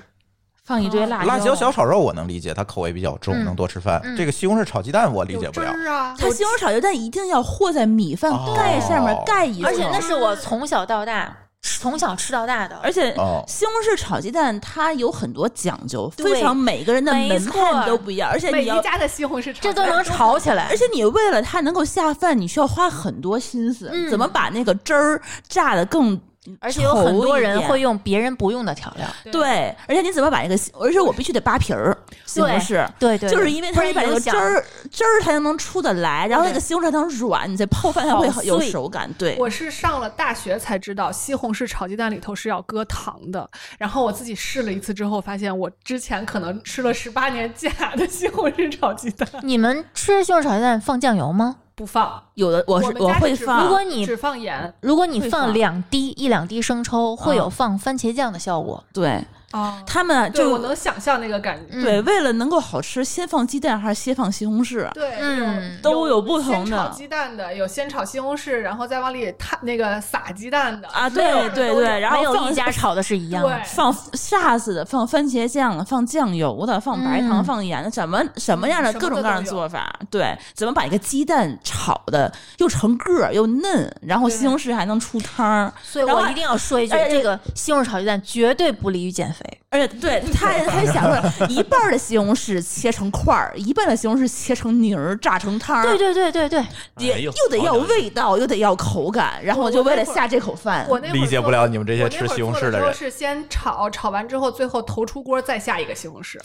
放一堆辣椒。辣椒小炒肉我能理解，它口味比较重，嗯能多吃饭。嗯这个西红柿炒鸡蛋我理有解不汁了。儿啊，它西红柿炒鸡蛋一定要和在米饭哦盖下面盖一层，而且那是我从小到大吃从小吃到大的，而且哦西红柿炒鸡蛋它有很多讲究，对非常每个人的没门错派都不一样，而且每你一要。家的西红柿炒这都鸡蛋能炒起来而。且你为了它能够下饭，你需要花很多心思，嗯怎么把那个汁儿炸的更而且有很多人稠一会用别人不用的调 料，点对，而且你怎么把那个西，而且我必须得扒皮儿，西红柿，对对，就是因为不它然得把那个影汁响儿汁儿才能出得来，然后那个对西红柿才能软，你再泡饭才会好很有碎手感。对，我是上了大学才知道西红柿炒鸡蛋里头是要搁糖的，然后我自己试了一次之后，发现我之前可能吃了十八年假的西红柿炒鸡蛋你们吃西红柿炒鸡蛋放酱油吗？不放，有的我我是们我家会只放，如果你只放盐如果你会放放嗯两滴一两滴生抽，会有放番茄酱的效果。对啊，他们啊对就我能想象那个感觉，嗯对，为了能够好吃，先放鸡蛋还是先放西红柿？对，嗯都有有不同的先炒鸡蛋的，有先炒西红柿，然后再往里摊那个撒鸡蛋的啊，对对对，然没后有放一 家炒的是一样的。对放沙子的，放番茄酱的，放酱油的，放白糖，嗯放盐的，什么什么样的嗯什么各种各样的都有做法。对，怎么把一个鸡蛋炒的又成个儿又嫩，然后对西红柿还能出汤儿，所以然后我一定要说一句，哎这个西红柿炒鸡蛋绝对不利于减肥。而且对他还想说一半儿的西红柿切成块儿，一半的西红柿切成泥儿，炸成汤儿，对对对对 对，也哎呦又得要好讲究味道，又得要口感，然后我我就我为那了会儿下这口饭，我那会儿理解做不了你们这些我那吃会儿西红做柿的时候人是先炒，炒完之后最后投出锅，再下一个西红柿。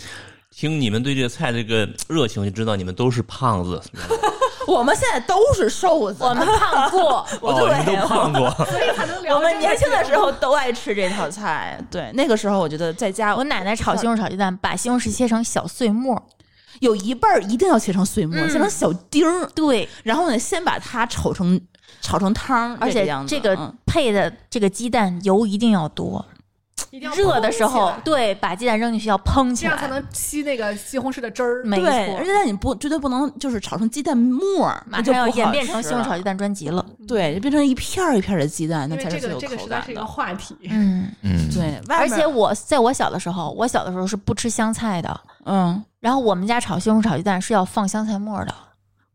听你们对这个菜这个热情，就知道你们都是胖子。我们现在都是瘦子，我们胖过，我哦，你对啊都胖过， 所以才能聊。我们年轻的时候，都爱吃这套菜，对，那个时候我觉得在家我奶奶炒西红柿炒鸡蛋，把西红柿切成小碎末，有一半儿一定要切成碎末，嗯切成小丁儿，对，然后呢，先把它炒成炒成汤儿，而且样子这个嗯配的这个鸡蛋油一定要多，一定要热的蓬起时候来对，把鸡蛋扔进去要烹这起样才来，能吸那个西红柿的汁儿。没对，而错且。但你不绝对不能就是炒成鸡蛋沫儿，马那就上要不好演变成西红柿吃炒了鸡蛋专辑了，对，就变成一片儿一片儿的鸡蛋，那因为才这最个有这个口实在感是一个的。话题。嗯。嗯，对，外而面且我在我小的时候，我小的时候是不吃香菜的，嗯，然后我们家炒西红柿炒鸡蛋是要放香菜末的，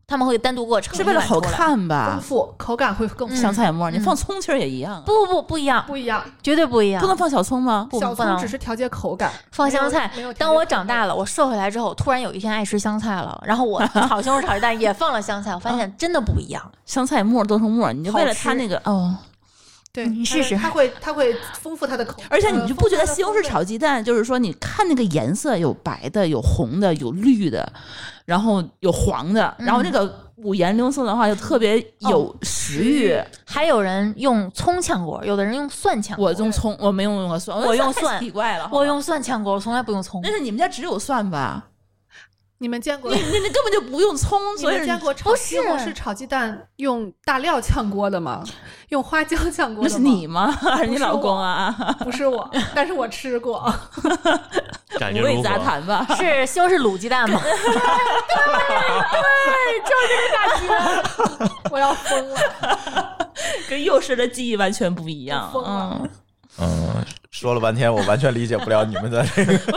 他们会单独给我盛一是为了碗好出来。看 丰吧？富，口感会更嗯香菜末，你嗯放葱其实也一样啊，不不不一样，不一样。绝对不一样。不能放小葱吗？不小不葱能只是调节口感，放没有香菜没有调节当我口长感大了，我瘦下来之后，突然有一天爱吃香菜了。然后 我炒西红柿、炒鸡蛋也放了香菜，我发现真的不一样。香菜末剁成末，你就为了好吃它那个哦，对，你它试试它会它会丰富它的口感，而且你呃就不觉丰富得它的西红柿风味炒鸡蛋，就是说你看那个颜色有白的，有红的，有绿的，然后有黄的，然后那个五颜六色的话就特别有食欲。还有人用葱炝锅，有的人用蒜炝锅。我用葱，我没有用过蒜，哦我用太蒜奇怪了，好吧我。用蒜炝锅，我从来不用葱但。是你们家只有蒜吧？你们见过你？你你根本就不用葱，你所以们见过炒不西红柿是炒鸡蛋用大料炝锅的吗？用花椒炝锅那的是吗你吗？还是你老公啊？不 是我，但是我吃过。感觉五哎如味何？杂 谈吧。是西红柿卤鸡蛋吗？我要疯 了！跟幼师的记忆完全不一样。我疯了嗯，嗯，说了半天，我完全理解不了你们的这个。我这本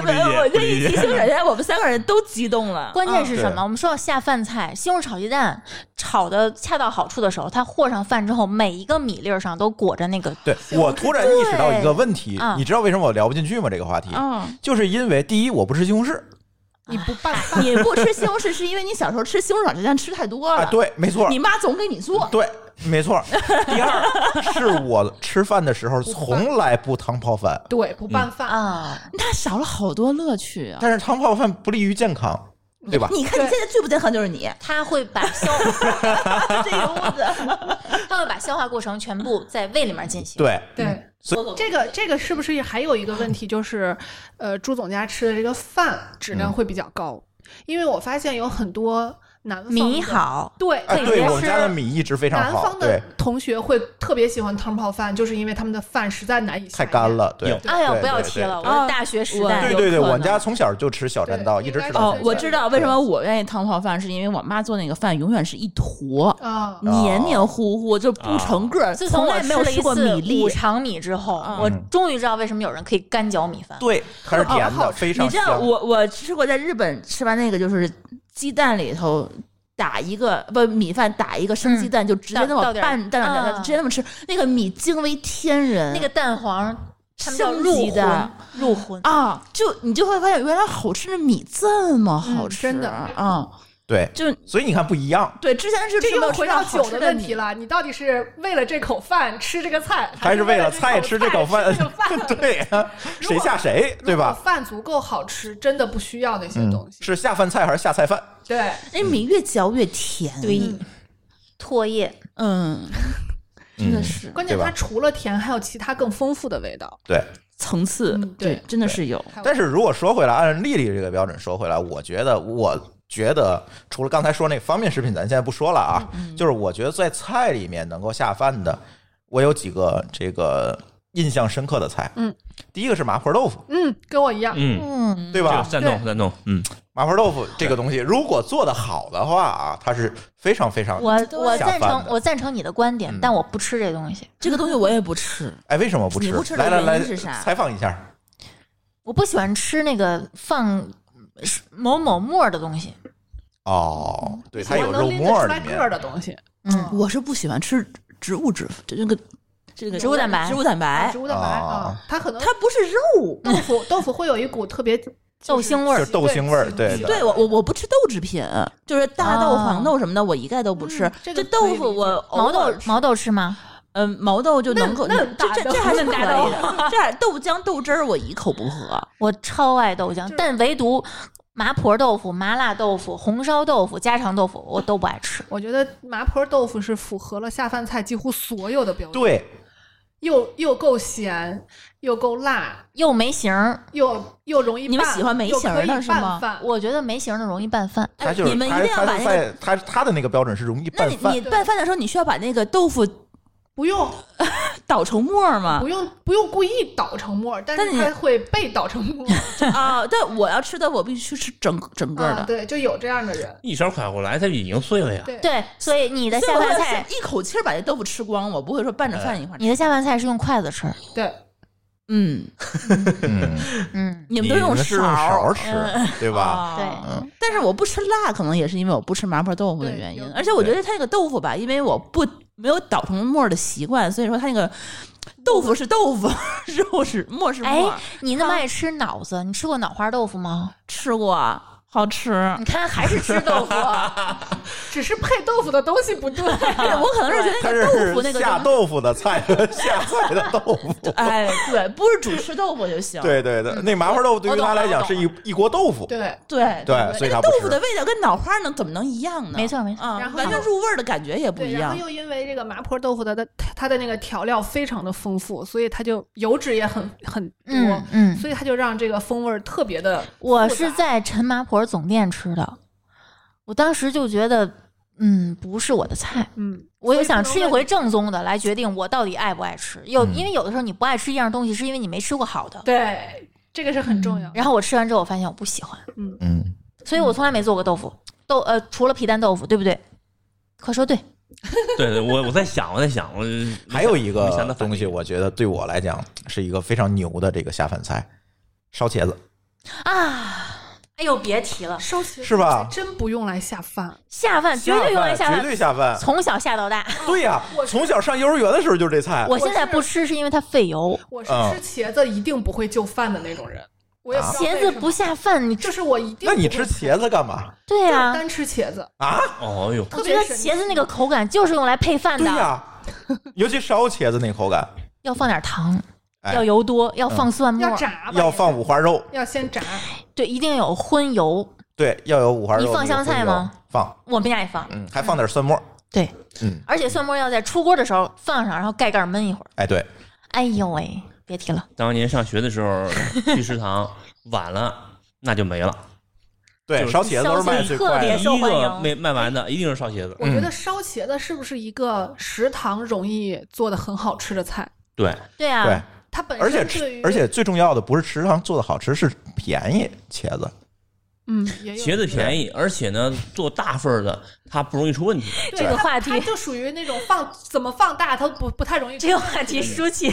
不理解就不我这理一解提醒大家，我们三个人都激动了。关键是对什啊么？我们说要下饭菜，西红柿炒鸡蛋炒的恰到好处的时候，它和上饭之后，每一个米粒儿上都裹着那个。对我突然意识到一个问题对，你知道为什么我聊不进去吗？这个话题，嗯，就是因为第一，我不吃西红柿你不拌饭， 你不吃西红柿是因为你小时候吃西红柿炒鸡蛋吃太多啊，了，，对，没错哦你，妈总给你做。对，没错。第二，是我吃饭的时候从来不汤泡饭，对，嗯不拌饭。啊，那少了好多乐趣啊！但是汤泡饭不利于健康，对吧？你看你现在最不健康就是你它会把 消，这个屋子，它会把消化过程全部在胃里面进行。对，对，对这个这个是不是还有一个问题，就是，呃，朱总家吃的这个饭质嗯量会比较高，因为我发现有很多南方米的，好，对啊，可以对别我们家吃的米一直非常南好方，的对，同学会特别喜欢汤泡饭，就是因为他们的饭实在难以下太咽干。了，对有。哎呦，对不要对提对了，我对是大学时代啊对有对对，可我能们家从小就吃小栈道，对一直应该吃是到哦现，在。我知道为什么我愿意汤泡饭，是因为我妈做那个饭永远是一坨，啊、黏黏糊糊，就不成个儿，自从从来我没有吃吃过了米一次粒五。常米之后，嗯我终于知道为什么有人可以干嚼米饭。对，它是甜的，非你常知道香。我我吃过在日本吃完那个就是鸡蛋里头。打一个不米饭，打一个生鸡蛋，就直接那倒么倒点儿拌蛋两啊直接那么吃，那个米惊为天人，那个蛋黄，他们叫升入级魂的，入魂。啊，就你就会发现原来好吃的米这么好嗯吃，真的啊，对，就所以你看不一样，对，之前是这吃又没有吃回到到好酒吃的的问米题了，你到底是为了这口饭吃这个菜，还是是为了菜菜吃这口饭？吃这个饭 对呀，如谁果下谁，对如吧果？饭足够好吃，真的不需要那些嗯东，西。是下饭菜还是下菜饭？对，那米越嚼越甜，对，唾液，嗯，真的是关键对吧它除了甜，还有其他更丰富的味道。对。层次嗯，对对，真的是有，但是如果说回来，按丽丽这个标准说回来，我觉得，我觉得除了刚才说那方便食品，咱现在不说了啊，嗯就是我觉得在菜里面能够下饭的，我有几个这个印象深刻的菜。嗯，第一个是麻婆豆腐，嗯，跟我一样，嗯，嗯，对这吧啊个？赞同赞同，嗯，麻婆豆腐这个东西，如果做的好的话啊，它是非常非常我我啊下赞饭成的。我赞成你的观点嗯，但我不吃这东西，这个东西我也不吃，哎，为什么不你吃？不吃的来来原因来，是啥采访一下。我不喜欢吃那个放某某沫儿的东西。哦，对，它我有能肉拎末得出儿来里个儿面。的东西。嗯，我是不喜欢吃植物脂，这这个这个植物蛋白植物蛋啊白植，物蛋白啊啊，它可能它不是肉，豆腐豆腐会有一股特 别豆腥味就儿是，豆腥味儿对的对我我我不吃豆制品，就是大豆、啊黄豆什么的，我一概都不吃嗯。这这个可以豆理腐解我毛偶尔豆吃毛豆吃吗？嗯，毛豆就能够，那这那这大豆这还是可以大豆的。 这样豆浆、豆汁儿我一口不喝，我超爱豆浆是，但唯独麻婆豆腐、麻辣豆腐、红烧豆腐、家常豆腐我都不爱吃。我觉得麻婆豆腐是符合了下饭菜几乎所有的标准，对，又又够咸，又够辣，又没形儿，又又容易你们拌喜欢没又形可儿的以是拌吗饭我觉得没形儿的容易拌饭。它哎就是你们一它定要它把的那个。菜，它它的那个标准是容易那拌你饭你。拌饭的时候，你需要把那个豆腐不用捣成沫儿吗不？用不用故意捣成沫儿，但啊但是你它会被捣成沫儿。 啊，但我要吃的，我必须吃整整个啊，的。对，就有这样的人。一勺垮过来，它已经碎了 呀。对对，所以你的所以下我饭会菜，哎是一口气儿把这豆腐吃光，我不会说拌着饭一块儿 吃。你的下饭菜是用筷子吃，对，嗯， 嗯，嗯，你们都用是用勺勺儿吃，对吧？哦对嗯但是我不吃辣，可能也是因为我不吃麻婆豆腐的对原因有。而且我觉得它那个豆腐吧，因为我不没有捣成沫儿的习惯，所以说它那个豆腐是豆腐， 肉是沫是沫哎。你那么爱吃脑子，你吃过脑花豆腐吗？吃过，好吃。啊你看还是吃豆 腐，啊只是配豆腐的东西不 对。我可能是觉得它那个豆腐那是个下什么，豆腐的菜 和下菜的豆腐。 哎，对，不是主吃豆腐就行。对对对，那麻婆豆腐对于他来讲是一一锅豆腐。对，对对所以那它不个豆吃腐的味道跟脑花能怎么能一样呢？没错没错啊然，后完全入味儿的感觉也不对，一然后 样。又因为这个麻婆豆腐的它它的那个调料非常的丰富，所以它就油脂也很很多，嗯嗯。所以它就让这个风味儿特别的。我复杂是在陈麻婆总店吃的，我当时就觉得，嗯，不是我的菜。嗯，我也所以想不能吃一问回正宗的，来决定我到底爱不爱吃。有，嗯因为有的时候你不爱吃一样东西，是因为你没吃过好的。对，这个是很重要。嗯然后我吃完之后，我发现我不喜欢，嗯，所以我从来没做过豆腐豆呃，除了皮蛋豆腐，对不对？快说对，对对，我我在想，我在想，我还有一没想个到东西，我觉得对我来讲是一个非常牛的这个下饭菜，烧茄子。啊，哎呦，别提了，收起来是吧真不用来下饭，啊下饭绝对用来下下饭绝饭，对下 饭。从小下到大。对呀、从小上幼儿园的时候就是这菜。我现在是不吃是因为它费油，我是嗯吃茄子一定不会就饭的那种人，我也不知道茄子为什不么，下饭，你就是我一定那你不会吃茄子干嘛对就是啊，单吃茄子，啊？哦呦，我特觉别得神茄子奇那个口感就是用来配饭对的，呀、尤其烧茄子那口感，要放点糖，哎要油多，要放蒜末要，炸吧，要放五花肉，要先炸，对，一定有荤油。对，要有五花肉。你放香菜吗有荤油？放，我们家也放，嗯，还放点蒜末。对，嗯，而且蒜末要在出锅的时候放上，然后盖盖焖一会儿。哎，对，哎呦喂，别提了，当年上学的 时候去食堂晚了，那就没了。对，就是烧茄子都是卖最特快别的。第受一欢个迎没卖完的一定是烧茄子，嗯我觉得烧茄子是不是一个食堂容易做的很好吃的菜？对，对啊，对，它本而且身对吃于而且最重要的不是食堂做的好吃，是便宜茄子。嗯，也有茄子便宜，而且呢做大份儿的它不容易出问题。对这个它话题它就属于那种放怎么放大，它不不太容易这个话题舒淇，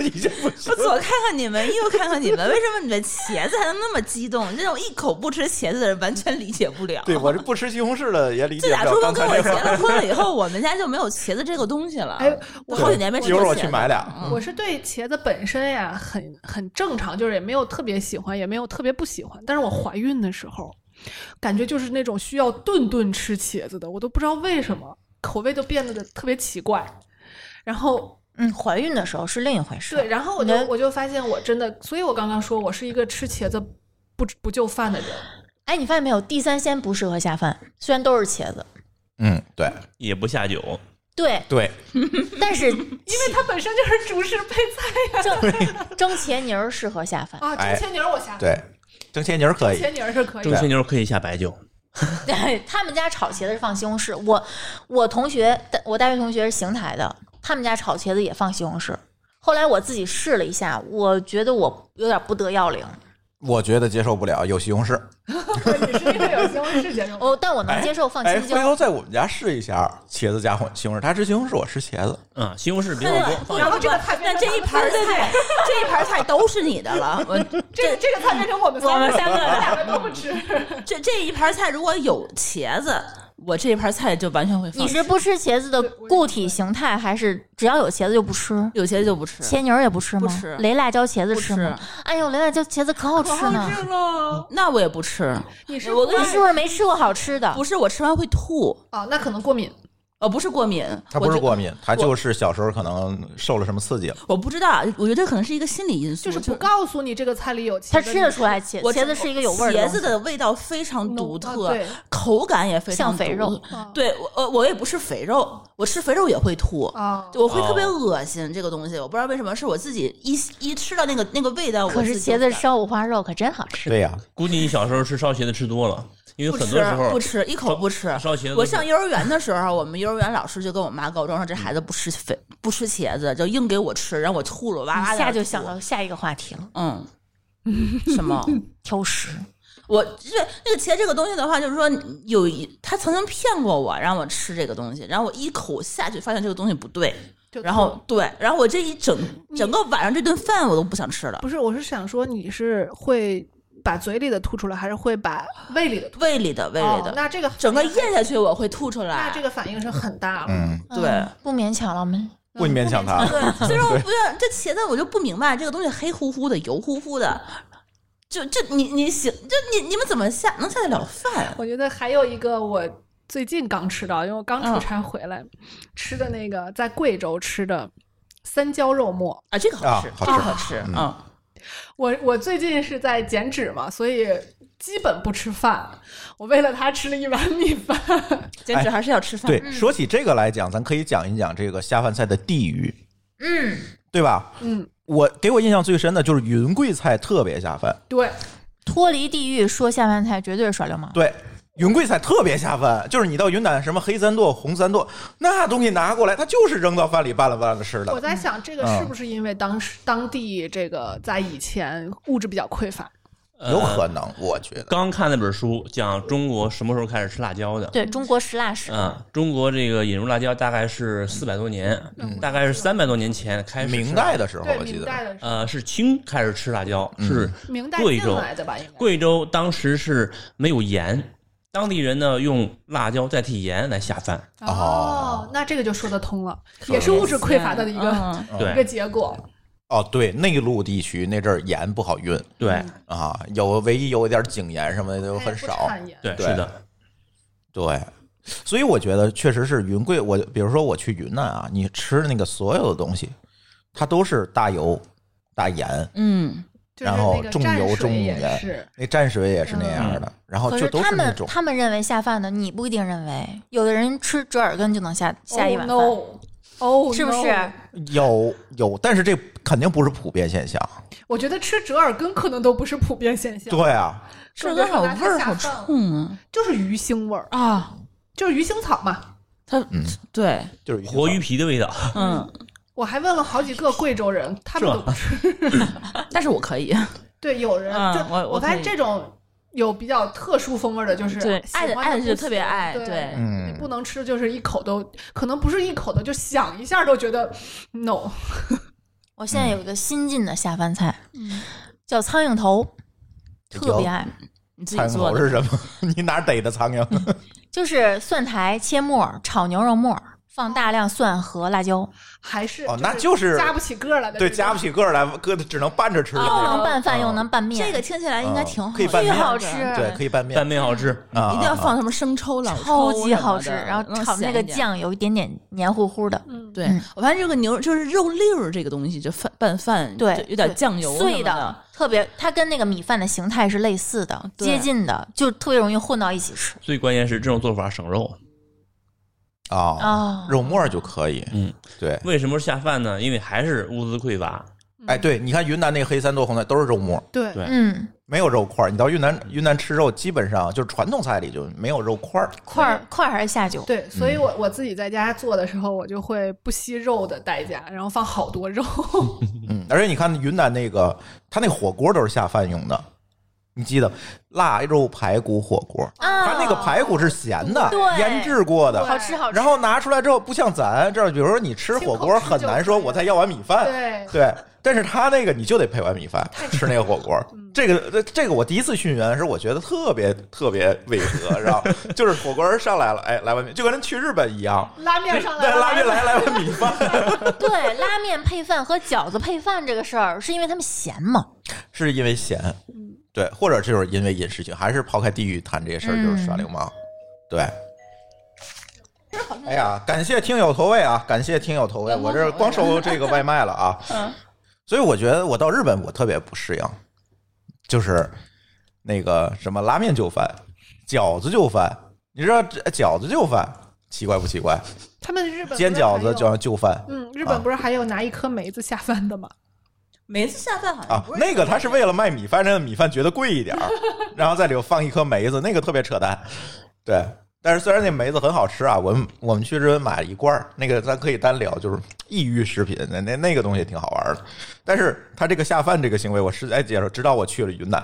已经不行我左看看你们，右看看你们，为什么你们茄子还能那么激动？这种一口不吃茄子的人完全理解不了。对我这不吃西红柿的也理自解打不初了中刚才跟我这结块儿。了婚了以后，我们家就没有茄子这个东西了。 哎，我我好几年没吃一会儿过我茄去子。买俩。我是对茄子本身呀，很很正常，就是也没有特别喜欢，也没有特别不喜欢。但是我怀孕的时候，感觉就是那种需要顿顿吃茄子的，我都不知道为什么口味都变得特别奇怪。然后嗯，怀孕的时候是另一回事。对，然后我你就的我就发现我真的，所以我刚刚说我是一个吃茄子不不就饭的人。哎，你发现没有，地三鲜不适合下饭，虽然都是茄子，嗯，对也不下酒，对，对，但是因为它本身就是主食配菜呀、蒸蒸茄泥儿适合下饭。啊。哎蒸茄泥儿我下，对，蒸茄泥儿可以蒸，茄泥儿是可以蒸的。鲜牛可以下白酒，对 他们家炒茄子是放西红柿，我我同学，我大学同学是邢台的，他们家炒茄子也放西红柿。后来我自己试了一下，我觉得我有点不得要领，我觉得接受不了有西红柿。你是因为有西红柿茄哦，但我能接受放哎，青回椒。头在我们家试一下茄子加西红柿，他吃西红柿，我吃茄子。嗯，西红柿别对忘多不放不一点然后不这个菜变那成这一盘儿咱们菜，这一盘儿菜都是你的了。我这这个菜变成我们我们三个人两个都不吃。 这这一盘儿菜如果有茄子，我这一盘儿菜就完全会放。你是不吃茄子的固体形态，还是只要有茄子就不吃？有茄子就不吃，茄泥儿也不吃吗？不吃雷辣椒茄子不吃吗？哎呦，雷辣椒茄子可好吃呢！了，那我也不吃。你是我跟你是不是没吃过好吃的？不是我吃完会吐，啊，那可能过敏。呃，不是过敏，他不我是觉过敏，他就是小时候可能受了什么刺激了。我不知道，我觉得这可能是一个心理因素，就是不告诉你这个菜里有茄子，他吃得出来茄我茄子是一个有味儿茄东西子的味道非常浓独啊特 对，口感也非常像肥独肉啊对，我呃，我也不吃肥肉，我吃肥肉也会吐。哦啊。就我会特哦别恶心这个东西，我不知道为什么，是我自己一一吃到那个那个味道，我可是自己就茄子感烧五花肉可真好吃。对呀、估计你小时候吃烧茄子吃多了，因为不很多时吃候不吃一口不吃。烧茄子。我上幼儿园的时候，我们幼儿园老师就跟我妈告状嗯说这孩子不吃肥不吃茄子，就硬给我吃，让我吐噜哇哇一的。下就想到下一个话题了，嗯，什么？挑食。我就是那个茄这个东西的话，就是说有一他曾经骗过我，让我吃这个东西，然后我一口下去，发现这个东西不对，就然后对，然后我这一整嗯整个晚上这顿饭我都不想吃了，不是，我是想说你是会把嘴里的吐出来，还是会把胃里的吐？胃里的胃里哦的，那这个整个咽下去我会吐出来。那这个反应是很大了。嗯嗯，对，不勉强了，我们不勉强他， 对，所以说我不是这茄子，我就不明白这个东西黑乎乎的、油乎乎的，就就你你行，就你你们怎么下能下得了饭？我觉得还有一个我最近刚吃到，因为我刚嗯出差回来，吃的那个在贵州吃的三椒肉末。啊，这个好吃，啊好这个吃好吃，嗯嗯，我我最近是在减脂嘛，所以基本不吃饭。我为了它吃了一碗米饭。坚哎持还是要吃饭。对，嗯说起这个来讲，咱可以讲一讲这个下饭菜的地域，嗯，对吧？嗯，我给我印象最深的就是云贵菜特别下饭，对，脱离地狱说下饭菜绝对是耍流氓。对，云贵菜特别下饭，就是你到云南什么黑三剁、红三剁，那东西拿过来，它就是扔到饭里拌了拌了吃我的。在想这个嗯是不是因为当时当地这个在以前物质比较匮乏，有可能，我觉得刚看那本书，讲中国什么时候开始吃辣椒的。对中国食辣嗯史，啊，中国这个引入辣椒大概是四百多年，嗯大概是三百多年前开始吃。明代的时候对我记明得，代的时候呃，是清开始吃辣椒，嗯是明代贵进州来的吧？应该贵州当时是没有盐，当地人呢用辣椒代替盐来下饭。哦哦，那这个就说得通了，得也是物质匮乏的一个嗯嗯一个对结果。哦，对，内陆地区那阵儿盐不好运对啊，有唯一有一点井盐什么的它就也很哎不少。产盐对，对是的，对，所以我觉得确实是云贵。我比如说我去云南啊，你吃那个所有的东西，它都是大油、大盐，嗯，就是然后那个重蘸油水重也盐是那蘸水也是那样的，然后可哦就是都他那们种。他们认为下饭的，你不一定认为。有的人吃折耳根就能下下一碗饭 Oh no，哦，是不是？有有，但是这肯定不是普遍现象。我觉得吃折耳根可能都不是普遍现象，对啊，这更个别好说拿味它儿下好 饭了冲啊！就是鱼腥味儿，啊，就是鱼腥草嘛。它嗯对，就是活鱼皮的味道。嗯，我还问了好几个贵州人，他们是都不吃。但是我可以， 对，有人嗯就我我发现可以这种有比较特殊风味的，就是对，喜爱欢的的爱的不就特别喜欢爱，对。对，嗯你，不能吃，就是一口都可能不是一口的，就想一下都觉得 no。我现在有一个新进的下饭嗯菜，嗯叫苍蝇头，特别爱，你自己苍蝇做头的是什么？ 你哪儿逮的苍蝇？就是蒜苔切末炒牛肉末，放大量蒜和辣椒，还是哦那就是加不起个儿来的，对，夹不。起个儿来，搁只能拌着吃。又能拌饭哦又能拌面，这个听起来应该挺好的，可以拌巨面好吃，对，可以拌面拌面好吃，啊，一定要啊放什么生抽、老超抽级什么好的吃，然后嗯能炒那咸个一点。酱有一点点黏糊糊的，嗯，对嗯，我发现这个牛就是肉粒儿这个东西，就饭拌饭，对就有点酱油什碎么的，特别它跟那个米饭的形态是类似的，对接近的，就特别容易混到一起吃最关键是这种做法省肉。哦啊，啊。肉末儿就可以。嗯，对，为什么下饭呢？因为还是物资匮乏。哎，对，你看云南那个黑三剁红菜都是肉末儿，对对嗯，没有肉块儿。你到云南云南吃肉，基本上就是传统菜里就没有肉块儿。块儿块儿还是下酒，对，所嗯以我我自己在家做的时候，我就会不惜肉的代价，然后放好多肉。嗯，而且你看云南那个，他那火锅都是下饭用的，你记得腊肉排骨火锅，啊，它那个排骨是咸的，对腌制过的，好吃好吃，然后拿出来之后，不像咱这儿，比如说你吃火锅清口吃很难说，就可以我再要碗米饭， 对，对。但是他那个你就得配碗米饭吃那个火锅，嗯这个这这个我第一次去云南的时候，我觉得特别特别违和，然后就是火锅上来了，哎，来碗米，就跟人去日本一样，拉面上来对，了，拉面来来碗米饭， 对拉面配饭和饺子配饭这个事儿，是因为他们咸嘛？是因为咸，嗯对，或者就是因为饮食情，还是抛开地域谈这些事儿，就是嗯耍流氓，对。哎呀，感谢听友投喂啊！感谢听友投嗯喂，我这光收这个外卖了啊。 所以我觉得我到日本我特别不适应，就是那个什么拉面就饭，饺子就饭，你知道这哎饺子就饭奇怪不奇怪？他们日本煎不是还饺子有叫就饭，嗯，日啊本不是还有拿一颗梅子下饭的吗？每次下饭好像啊不，是那个他是为了卖米饭，让米饭觉得贵一 点儿，然后在里头放一颗梅子，那个特别扯淡。对，但是虽然那梅子很好吃啊，我们我们去日本买了一罐儿，那个咱可以单聊，就是异域食品，那那那个东西挺 好玩的。但是他这个下饭这个行为，我实在介绍，直到我去了云南，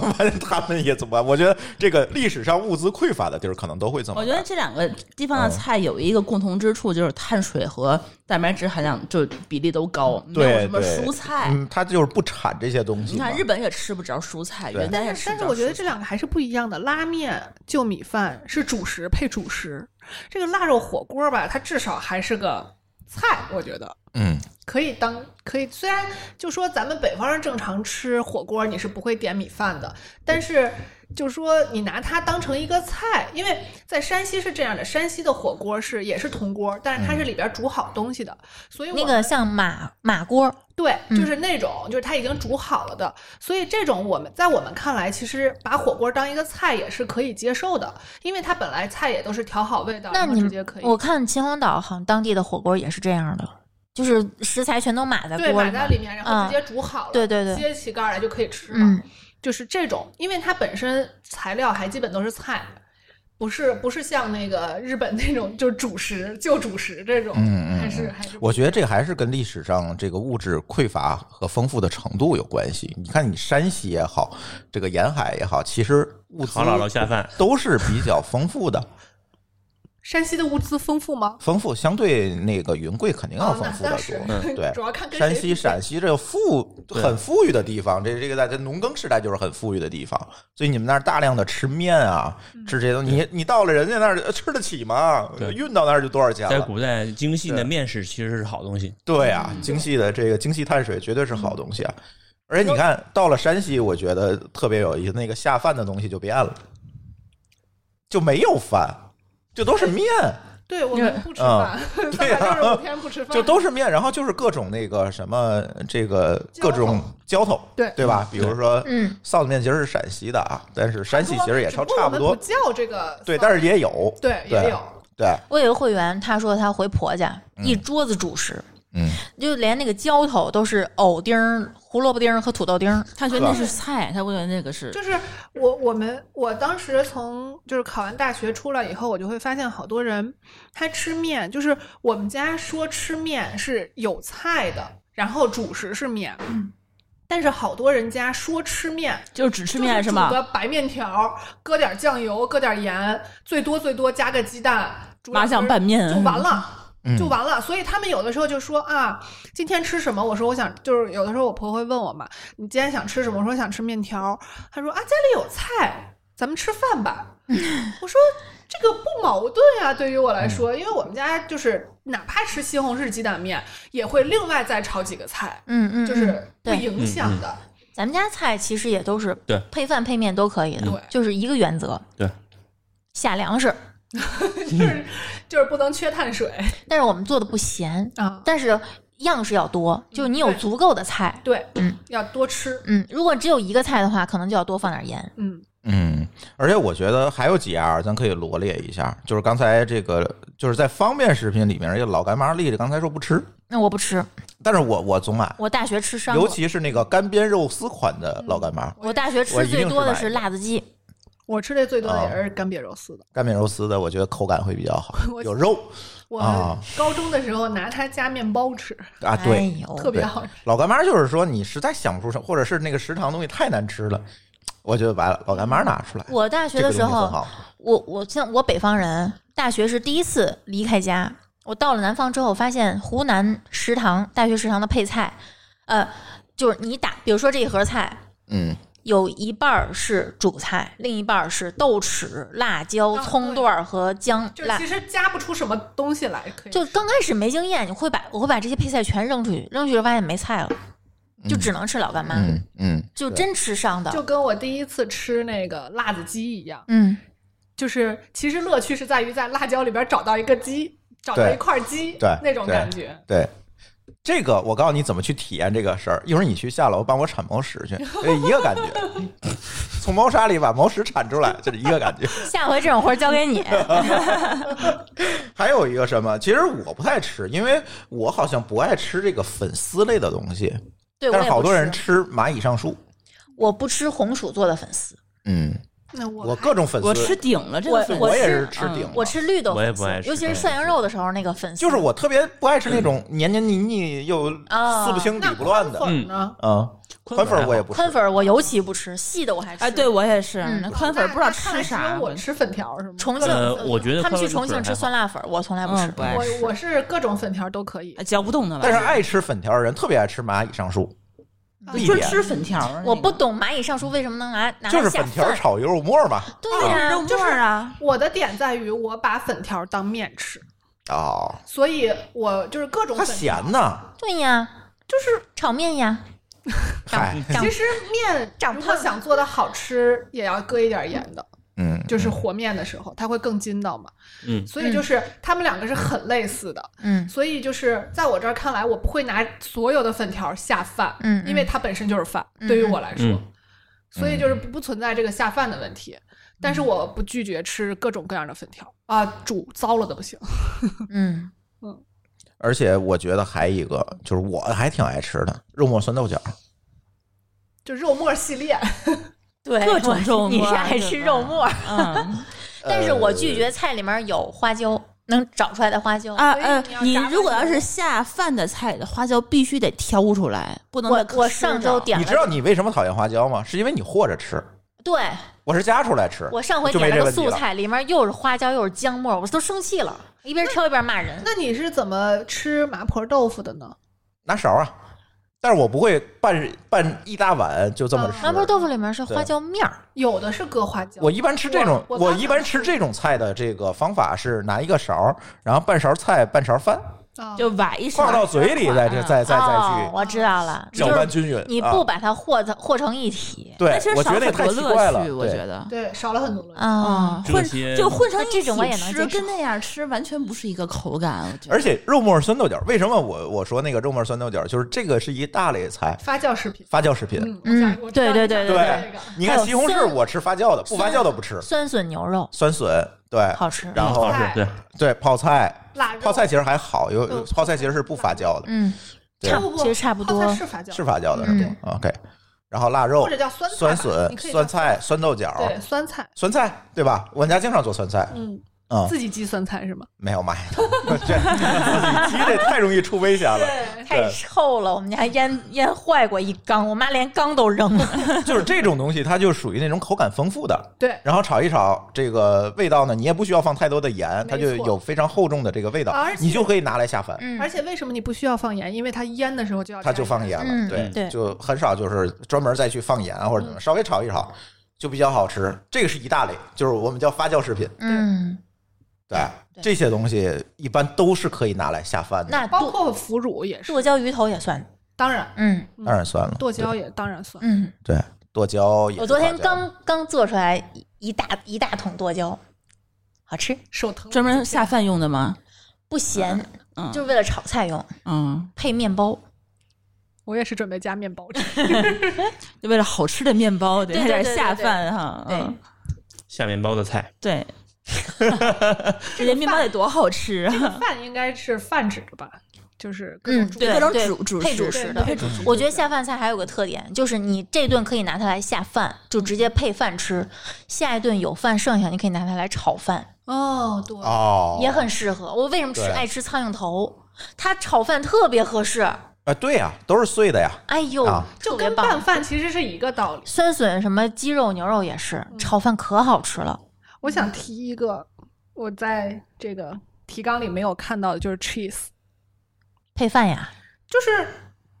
完了他们也怎么办？我觉得这个历史上物资匮乏的地儿可能都会这么我办。觉得这两个地方的嗯菜有一个共同之处，就是碳水和蛋白质含量就比例都高，没有嗯对什么对蔬菜。嗯，他就是不产这些东西你嘛。看日本也吃不着蔬菜，对原来也但吃是不着蔬菜。但是我觉得这两个还是不一样的。拉面就米饭是主食配主食，这个腊肉火锅吧，它至少还是个菜，我觉得。嗯，可以当可以，虽然就说咱们北方人正常吃火锅，你是不会点米饭的，但是就说你拿它当成一个菜，因为在山西是这样的，山西的火锅是也是铜锅，但是它是里边煮好东西的，所以我那个像马马锅，对，嗯就是那种，就是它已经煮好了的，所以这种我们在我们看来，其实把火锅当一个菜也是可以接受的，因为它本来菜也都是调好味道，那然后你直接可以我看秦皇岛好像当地的火锅也是这样的，就是食材全都码在对锅码里嘛在。里面，然后嗯直接煮好了，对对对揭起盖儿来就可以吃了。嗯，就是这种，因为它本身材料还基本都是菜，不是不是像那个日本那种就是主食就主食这种，嗯嗯还是嗯还是我觉得这个还是跟历史上这个物质匮乏和丰富的程度有关系。你看，你山西也好，这个沿海也好，其实物资好姥姥下饭都是比较丰富的，山西的物资丰富吗？丰富相对那个云贵肯定要哦，丰那富的那多是。嗯对 主要看跟山谁西、比陕西这富很富裕的地方，这这个在这农耕时代就是很富裕的地方，所以你们那儿大量的吃面啊，嗯吃这些东西，你你到了人家那儿呃吃得起吗？对运到那儿就多少钱在了？古代，精嗯细对的面食其实是好东西。对啊，嗯精细的这个精细碳水绝对是好东西啊。而且你看到了山西，我觉得特别有意思，那个下饭的东西就变了，就没有饭，就都是面，对我们不吃啊饭， 三对百啊六十五天不吃饭，就都是面，然后就是各种那个什么这个各种浇头，对对吧？比如说，嗯，臊子面其实是陕西的啊，但是山西其实也只差不过差我不们多不，叫这个对，饭但是也有，对对啊也有，对，我有一个会员，他说他回婆家，一桌子主食，嗯，就连那个浇头都是藕丁儿、胡萝卜丁儿和土豆丁儿。他觉得那是菜，他不觉得那个是就是我我们我当时从就是考完大学出来以后，我就会发现好多人他吃面，就是我们家说吃面是有菜的，然后主食是面，但是好多人家说吃面。就是只吃就是面煮吗？个白面条，搁点酱油，搁点盐，最多最多加个鸡蛋，煮两麻酱根拌面就完了。就完了，所以他们有的时候就说啊，今天吃什么？我说我想，就是有的时候我婆会问我嘛，你今天想吃什么？我说想吃面条。她说啊，家里有菜，咱们吃饭吧。 我说这个不矛盾呀、对于我来说，因为我们家就是哪怕吃西红柿鸡蛋面，也会另外再炒几个菜，嗯嗯，就嗯是不对影响的。咱们家菜其实也都是对配饭配面都可以的嗯对，就是一个原则。对，下粮食， 就是就是不能缺碳水但是我们做的不咸，啊。但是样式要多，就你有对足够的菜。对，嗯，要多吃，嗯，如果只有一个菜的话，可能就要多放点盐。嗯，嗯，而且我觉得还有几样儿咱可以罗列一下，就是刚才这个就是在方便食品里面，这个老干妈栗子刚才说不吃，那我不吃，但是我我总买，我大学吃伤尤过。其是那个干煸肉丝款嗯的老干妈，我大学我吃一定最多的是买是辣子鸡，我吃的最多的啊也是干煸肉丝的。干煸肉丝的，我觉得口感会比较 好，我有肉我啊高中的时候拿它加面包吃，啊，哎对。呦，特别对好吃。老干妈就是说，你实在想不出什么，或者是那个食堂东西太难吃了，我觉得完了，老干妈拿出来。我大学这个的东西时候很，好，我我像我北方人，大学是第一次离开家。我到了南方之后，发现湖南食堂大学食堂的配菜，呃，就是你打，比如说这一盒菜嗯，有一半儿是主菜，另一半儿是豆豉、辣椒、啊葱对段儿和姜就辣其。实加不出什么东西来，可以就刚开始没经验，你会把我会把这些配菜全扔出去，扔出去就发现没菜了，就只能吃老干妈，嗯嗯，就对真吃上就的。跟我第一次吃那个辣子鸡一样，嗯，就是其实乐趣是在于在辣椒里边找到一个鸡，找到对一块鸡，对那种对感觉。对。这个我告诉你怎么去体验这个事儿，一会儿你去下楼帮我铲毛屎去，这一个感觉， 从猫砂里把毛屎铲出来，这是一个感觉。下回这种活儿交 给你。还有一个什么，其实我不太吃，因为我好像不爱吃这个粉丝类的东西，对，我但也是好不多人吃吃，蚂蚁上树，我不吃红薯做的粉丝，嗯，那我我各种粉丝，我吃顶了，这我个粉丝我也是吃嗯顶了，我吃绿豆我也粉不丝爱，吃尤其是涮羊肉的时候那个粉丝，就是我特别不爱吃那种黏黏腻腻又啊撕不清理那不乱的，宽粉呢？嗯，宽还粉好我也不吃宽，粉儿我尤其不吃，细的我还吃。哎，对我也是，嗯那宽粉儿不知道吃那看来啥只有，我吃粉条是吗？重庆，呃，我觉得他们去宽重粉庆还吃好酸辣粉儿，我从来不吃嗯，。不爱吃，我我是各种粉条都可以，嚼不动的吧？但是爱吃粉条的人特别爱吃蚂蚁上树，啊不一不是点吃粉条儿那个，我不懂蚂蚁上树为什么能拿拿就是来下粉条饭。炒牛肉末嘛。对呀、肉末儿啊，我的点在于我把粉条当面吃，哦，所以我就是各种它粉条。咸呐，对呀，就是炒面呀。嗨，长其实面长如胖果想做的好吃，也要搁一点盐的，嗯，就是和面的时候它会更筋道嘛。嗯所以就是他们两个是很类似的，嗯所以就是在我这儿看来，我不会拿所有的粉条下饭，嗯嗯因为它本身就是饭，嗯对于我来说，嗯所以就是不不存在这个下饭的问题。但是我不拒绝吃各种各样的粉条啊，煮糟了都不行。嗯，而且我觉得还一个就是我还挺爱吃的肉末酸豆角，就肉末系列，对，各种肉你末儿啊是爱吃肉末儿，嗯但是我呃拒绝菜里面有花椒，能找出来的花椒。啊所以呃你要，你炸如果饭要的时是候下饭的菜的花椒必须得挑出来，不能我在我吃上着周点你了，知道你为什么讨厌花椒吗？是因为你和着吃，对我是夹出来吃。我上回就没点了这个问题素了，菜，里面又是花椒又是姜末儿，我都生气了，一边挑一边骂人。那你是怎么吃麻婆豆腐的呢？拿勺啊，但是我不会拌拌一大碗就这么啊吃。麻婆豆腐里面是花对椒面儿，有的是搁花椒，我一般吃这种，我我我一般吃这种菜的这个方法是拿一个勺，然后半勺菜，半勺饭，啊就崴一嗯勺放到嘴里，再这这再再再哦，去我知道了，搅就是拌均匀。你啊不把它和成和成一体对那其，实我少觉得也很太多奇怪乐趣，了。我觉对得。对少了很多嗯了。啊啊，，这混些就混成那这种我也一起能吃，接受跟那样吃完全不是一个口感，我觉得。而且肉末酸豆角，为什么我我说那个肉末酸豆角，就是这个是一大类菜，发酵食品，发酵食品。嗯嗯我知道对你对想对说对这个你看还有西红柿，酸我吃发酵的，不发酵的不吃。酸笋牛肉酸笋对，好吃。然后好吃，对，对泡菜，腊肉泡菜其实还好，有嗯泡菜其实是不发酵的，嗯，对差不不其实差不多泡菜是发酵，是发酵的是吗？OK，然后腊肉或者、叫酸菜吧酸笋、你可以酸叫菜、酸豆角，对酸菜，酸菜对吧？我们家经常做酸菜，嗯，嗯，自己鸡酸菜是吗？没有买， 这自己鸡这太容易出危险了。太臭了，我们家腌腌坏过一缸，我妈连缸都扔了。就是这种东西，它就属于那种口感丰富的，对，然后炒一炒，这个味道呢，你也不需要放太多的盐，没它就错有非常厚重的这个味道而，且你就可以拿来下饭。嗯而且为什么你不需要放盐？因为它腌的时候就要它就放盐盐。了，嗯对对就很少就是专门再去放盐啊或者怎么，稍微炒一炒就比较好吃。这个是一大类，就是我们叫发酵食品，嗯，对对这些东西一般都是可以拿来下饭的，那包剁括腐乳也是剁，椒鱼头也算。当然嗯当然算了，剁椒也当然算。嗯，对对剁椒也是我昨天发酵刚刚做出来一一大一大桶剁椒，好吃，手疼，专门下饭用的吗？不咸，嗯，就是为了炒菜用，嗯，配面包。我也是准备加面包 吃。就为了好吃的面包得对还对得对下对对饭哈。对嗯，下面包的菜，对，这些面包得多好吃啊！饭应该是泛指的吧，就是各嗯种，对各种对主主配食主对食的配嗯主食我觉得下饭菜还有个特点，就是你这顿可以拿它来下饭，就直接配饭吃；下一顿有饭剩下，你可以拿它来炒饭，哦，对，哦也很适合。我为什么吃对爱吃苍蝇头？它炒饭特别合适。啊，对呀、都是碎 的呀，哎呦，啊特就别跟拌棒！饭其实是一个道理。酸笋什么鸡肉、牛肉也是，嗯炒饭可好吃了。我想提一个，我在这个提纲里没有看到的，就是 cheese，配饭呀，嗯就是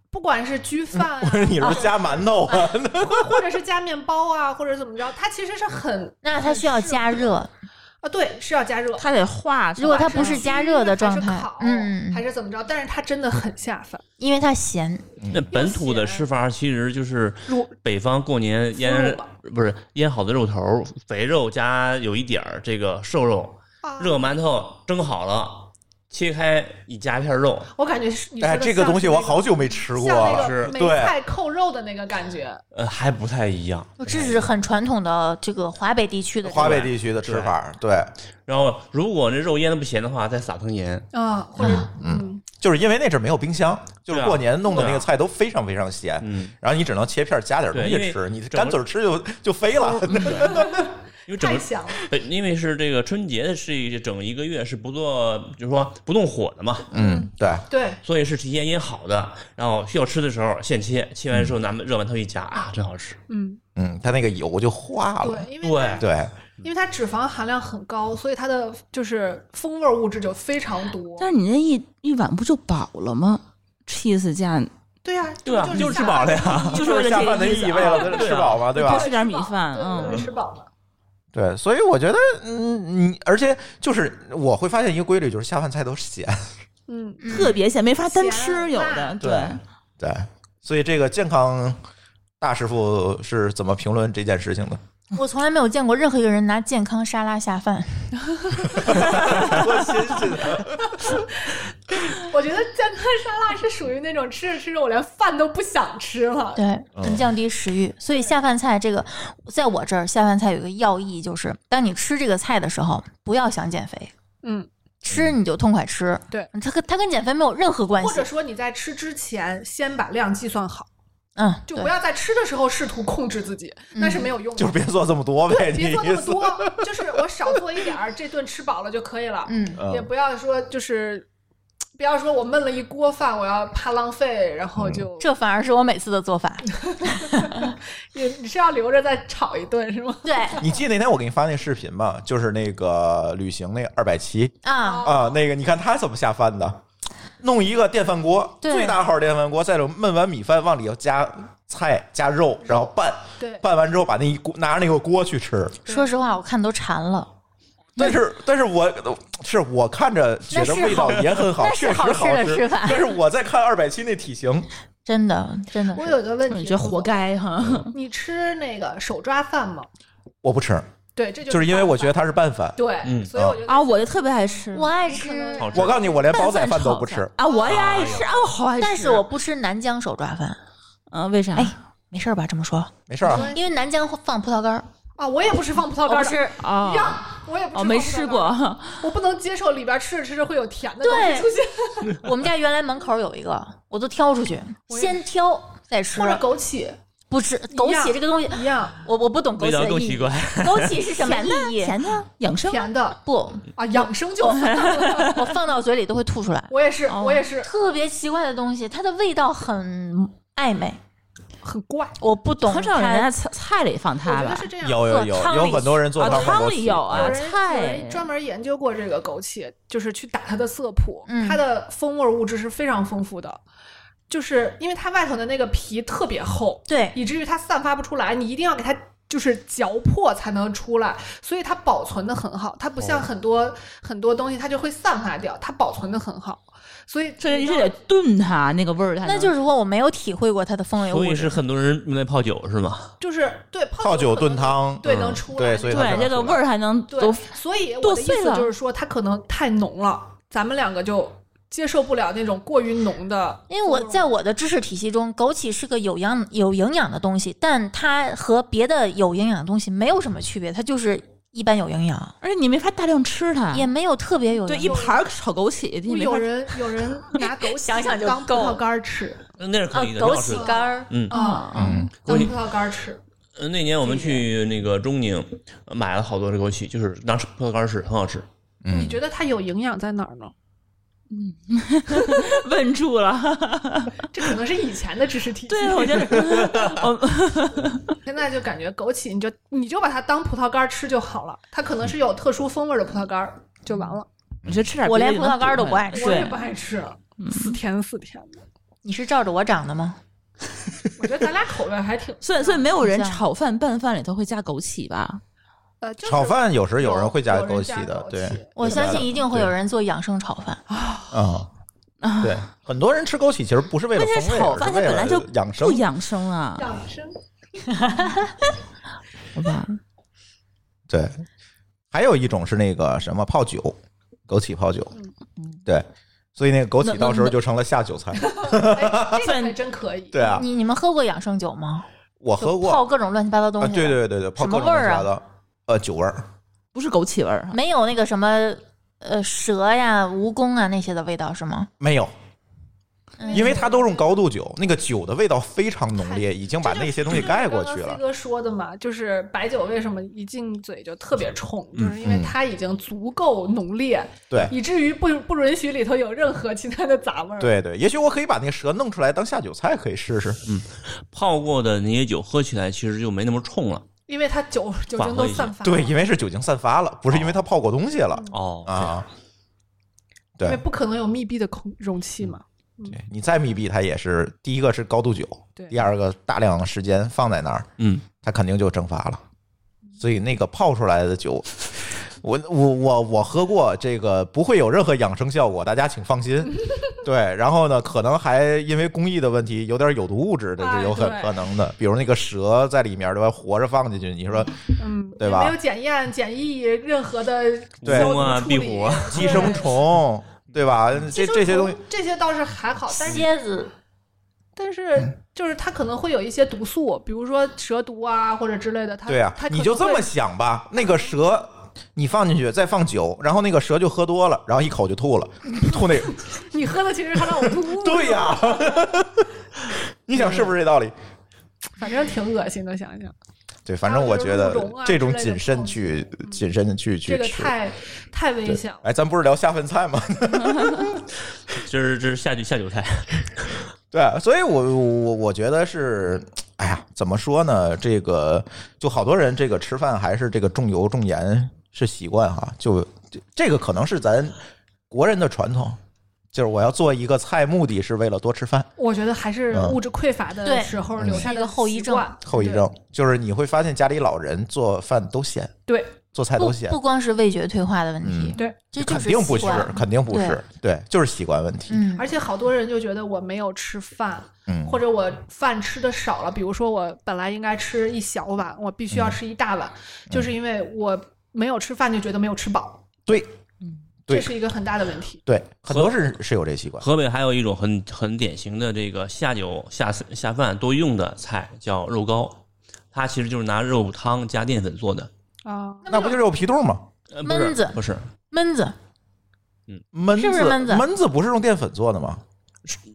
不管是焗饭、我啊，说你是不是加馒头啊？或或者是加面包啊，或者怎么着，它其实是很那它需要加热，啊，对，是要加热。它得化出来，如果它不是加热的状还是态烤，嗯还，是怎么着？但是它真的很下饭，因为它咸。嗯那本土的吃法其实就是入北方过年腐乳腌吧不是腌好的肉头儿，肥肉加有一点儿这个瘦肉，啊热馒头蒸好了，切开一夹片肉，我感觉是你说的哎，这个像东西是我那好久没吃像过了那。个是梅对菜扣肉的那个感觉，呃，还不太一样。这是很传统的这个华北地区的这华个北地区的吃法，对，然后如果那肉腌的不咸的话，再撒层盐。啊，或者嗯，就是因为那阵儿没有冰箱，就是对啊过年弄的那对个啊菜都非常非常咸，嗯，然后你只能切片儿加点儿东对因西为吃，你整干个嘴儿吃就就飞了。因为整太个香了，对，因为是这个春节的是一整一个月是不做，就是说不动火的嘛， 嗯，对，对，所以是提前腌好的，然后需要吃的时候现切，切完之后拿热馒头一夹啊，真好吃。嗯，嗯，它那个油就化了，对，因为对，对，因为它脂肪含量很高，所以它的就是风味物质就非常多。但是你那一一碗不就饱了吗？cheese 酱对呀、对啊，就就是吃饱了下呀。就就是为 了下这饭个的意意思义，为了啊。它吃饱嘛，对多吧？吃点米饭，对嗯对，对吃饱了。对，所以我觉得，嗯，你而且就是我会发现一个规律，就是下饭菜都是咸，嗯，特别咸，没法单咸吃，有的辣对。对，所以这个健康大师傅是怎么评论这件事情的？我从来没有见过任何一个人拿健康沙拉下饭。我真是，我觉得健康沙拉是属于那种吃着吃着我连饭都不想吃了。对，能降低食欲。所以下饭菜这个，在我这儿下饭菜有一个要义，就是当你吃这个菜的时候，不要想减肥，嗯，吃你就痛快吃。嗯对，它跟它跟减肥没有任何关或系者。说你在吃之前先把量计算好，嗯，就对嗯不要在吃的时候试图控制自己，那是没有用 的。就是别做这么多呗，你别做那意么思？多，就是我少做一点儿，这顿吃饱了就可以了。嗯，也不要说就是，不要说我焖了一锅饭，我要怕浪费，然嗯后就、这反而是我每次的做 法。你你是要留着再炒一顿是吗？对 你记得那天我给你发那视频吗？就是那个旅行那二百七哦啊，啊，那个你看他怎么下饭的，弄一个电饭锅，对最大号电饭锅，再有焖完米饭往里头加菜加肉，然后拌，啊对拌完之后把那一锅拿着那个锅去吃。说实话，我看都馋了。但是，但是我是我看着觉得味道也很好，那确是实好好那是好吃的吃法但是我在看二百七那体型，真的，真的我是有一个问我题，觉得活。该哈，你吃那个手抓饭吗？我不吃，对，这就就是因为我觉得哦它是拌饭。对，嗯所以我觉得啊，我就特别爱吃，我爱可能吃，好吃我告诉你，我连煲仔饭饭都炒不菜吃。啊，我也爱吃啊，我好爱吃。但是我不吃南疆手抓饭。嗯，为啥？哎没事儿吧？这么说，没事儿啊，因为南疆会放葡萄干儿，啊，我也不吃放嗯葡萄我不干的，吃。哦一样，我也不吃。哦，没吃，过，我不能接受里边吃着吃着会有甜的东西对出现，我们家原来门口有一个，我都挑出去，我也先挑再吃 或。者枸杞不吃枸杞这个东西，一 样，我我不懂枸味杞道的更意奇义。怪。枸杞是什么甜的意义？甜的，养生。甜的不，啊，养生 就好。我放到嘴里都会吐出来，我也是，哦我也是，特别奇怪的东西，它的味道很暧昧，很怪。我不懂它。很少有人在菜菜里放我它觉得吧是？这样，有有有做汤里有很多人做啊汤放汤枸里杞有啊有人有菜人专门研究过这个枸杞，就是去打它的色谱，嗯它的风味物质是非常丰富的，就是因为它外头的那个皮特别厚，对以至于它散发不出来，你一定要给它。就是嚼破才能出来，所以它保存的很好。它不哦像很多、很多东西，它就会散发掉，它保存的很好。所以嗯这你必知须道得炖它，那个味儿才能。那就是说我没有体会过它的风味所物以是质。很多人用来泡酒是吗？就是对泡泡酒可能炖汤，对嗯能出来对，所以它才对能这个出来味儿还能对都，所以我剁的意碎思了就是说，它可能太浓了，咱们两个就接受不了那种过于浓的。因为我在我的知识体系中，枸杞是个有养有营养的东西，但它和别的有营养的东西没有什么区别，它就是一般有营养，而且你没法大量吃它。也没有特别有对，营一养。盘儿炒枸杞，你没有法人有人拿枸想想杞就当葡够萄干儿吃那是啊，可以的，挺枸好吃杞的。干儿，嗯，啊，嗯，当枸葡杞萄干儿吃。呃那年我们去那个中宁呃买了好多这枸杞，就是拿葡萄干吃，很好吃。嗯你觉得它有营养在哪儿呢？ 问 住了。这可能是以前的知识体系，对，我觉得 我现在就感觉枸杞，你就你就把它当葡萄干儿吃就好了，它可能是有特殊风味儿的葡萄干儿，就完了。我觉得吃点别的我连也能葡萄干儿都补不爱嗯回来吃我也对不爱吃，死甜死甜的。你是照着我长的吗？我觉得咱俩口味还 挺所以所以没有人像炒饭拌饭里头会加枸杞吧？呃，就是炒饭有时有人会加有人枸加杞的枸，对，杞我相信一定会有对人做养生炒饭。嗯。对，很多人吃枸杞其实不是为了问风题是味，炒而饭是它为本来了就养生不。养生啊，养生。好吧？对，还有一种是那个什么泡酒，枸杞泡酒，对，所以那个枸杞那到时候那就成了下酒菜。哎这个还真可以。 对啊，你你们喝过养生酒吗？我就喝过泡各种乱七八糟东啊，西。对，对对对，泡什么各种味儿啊啥的，呃，酒味儿，不是枸杞味儿哈，没有那个什么呃蛇呀、蜈蚣啊那些的味道是吗？没有，嗯因为它都用高度酒，那个酒的味道非常浓烈，已经把那些东西盖 过去这就是刚了刚飞。哥说的嘛，就是白酒为什么一进嘴就特别冲，嗯就是因为它已经足够浓烈，对以至于不不允许里头有任何其他的杂味儿。，对对，也许我可以把那个蛇弄出来当下酒菜，可以试 试。泡过的那些酒喝起来其实就没那么冲了。因为它酒酒精都散发了，对，因为是酒精散发了，不是因为它泡过东西了哦，啊。因对，为不可能有密闭的空容嗯器嘛。对你再密闭，它也是第一个是高度酒，对第二个大量的时间放在那儿，嗯，它肯定就蒸发了。所以那个泡出来的酒， 我我我我喝过，这个不会有任何养生效果，大家请放 心。对，然后呢，可能还因为工艺的问题，有点有毒物质，这是有很哎对可能的。比如那个蛇在里面对吧，活着放进去，你说嗯，对吧也没有检验、检疫任何的对消毒啊处理壁虎啊寄生。虫对吧？这这对些东西嗯寄生虫这些倒是还好，但是蝎子但是就是它可能会有一些毒素，比如说蛇毒啊或者之类的。它对啊它，可能你就这么会想吧，那个蛇。你放进去，再放酒，然后那个蛇就喝多了，然后一口就吐了，吐那个。。你喝的其实它让我吐 对呀、你想是不是这道理？反正挺恶心的，想想对，反正我觉得啊这种谨慎去嗯谨慎的去去这个吃。太太危险了。哎，咱不是聊下饭菜吗？ 这是这是下酒下酒菜，对，啊所以我我我觉得是，哎呀，怎么说呢？这个就好多人这个吃饭还是这个重油重盐是习惯哈，就这这个可能是咱国人的传统，就是我要做一个菜，目的是为了多吃饭。我觉得还是嗯物质匮乏的对时候嗯留下是一的个后遗症习惯后遗症就是你会发现家里老人做饭都咸，对，做菜不都咸不，光是味觉退化的问题嗯，对，这就肯是定不习是惯，肯定不是，对，就是习惯问题。嗯，而且好多人就觉得我没有吃饭，嗯，或者我饭吃的少了，比如说我本来应该吃一小碗，我必须嗯要吃一大碗，就是因为我没有吃饭就觉得没有吃饱，嗯对对这是一个很大的问题。对，很多是是有这习惯。河北还有一种很很典型的这个下酒下下饭多用的菜叫肉糕，它其实就是拿肉汤加淀粉做的。啊，那不就是有皮肚吗？呃，不是焖子不是，焖子焖子是不是焖子焖子不是用淀粉做的吗？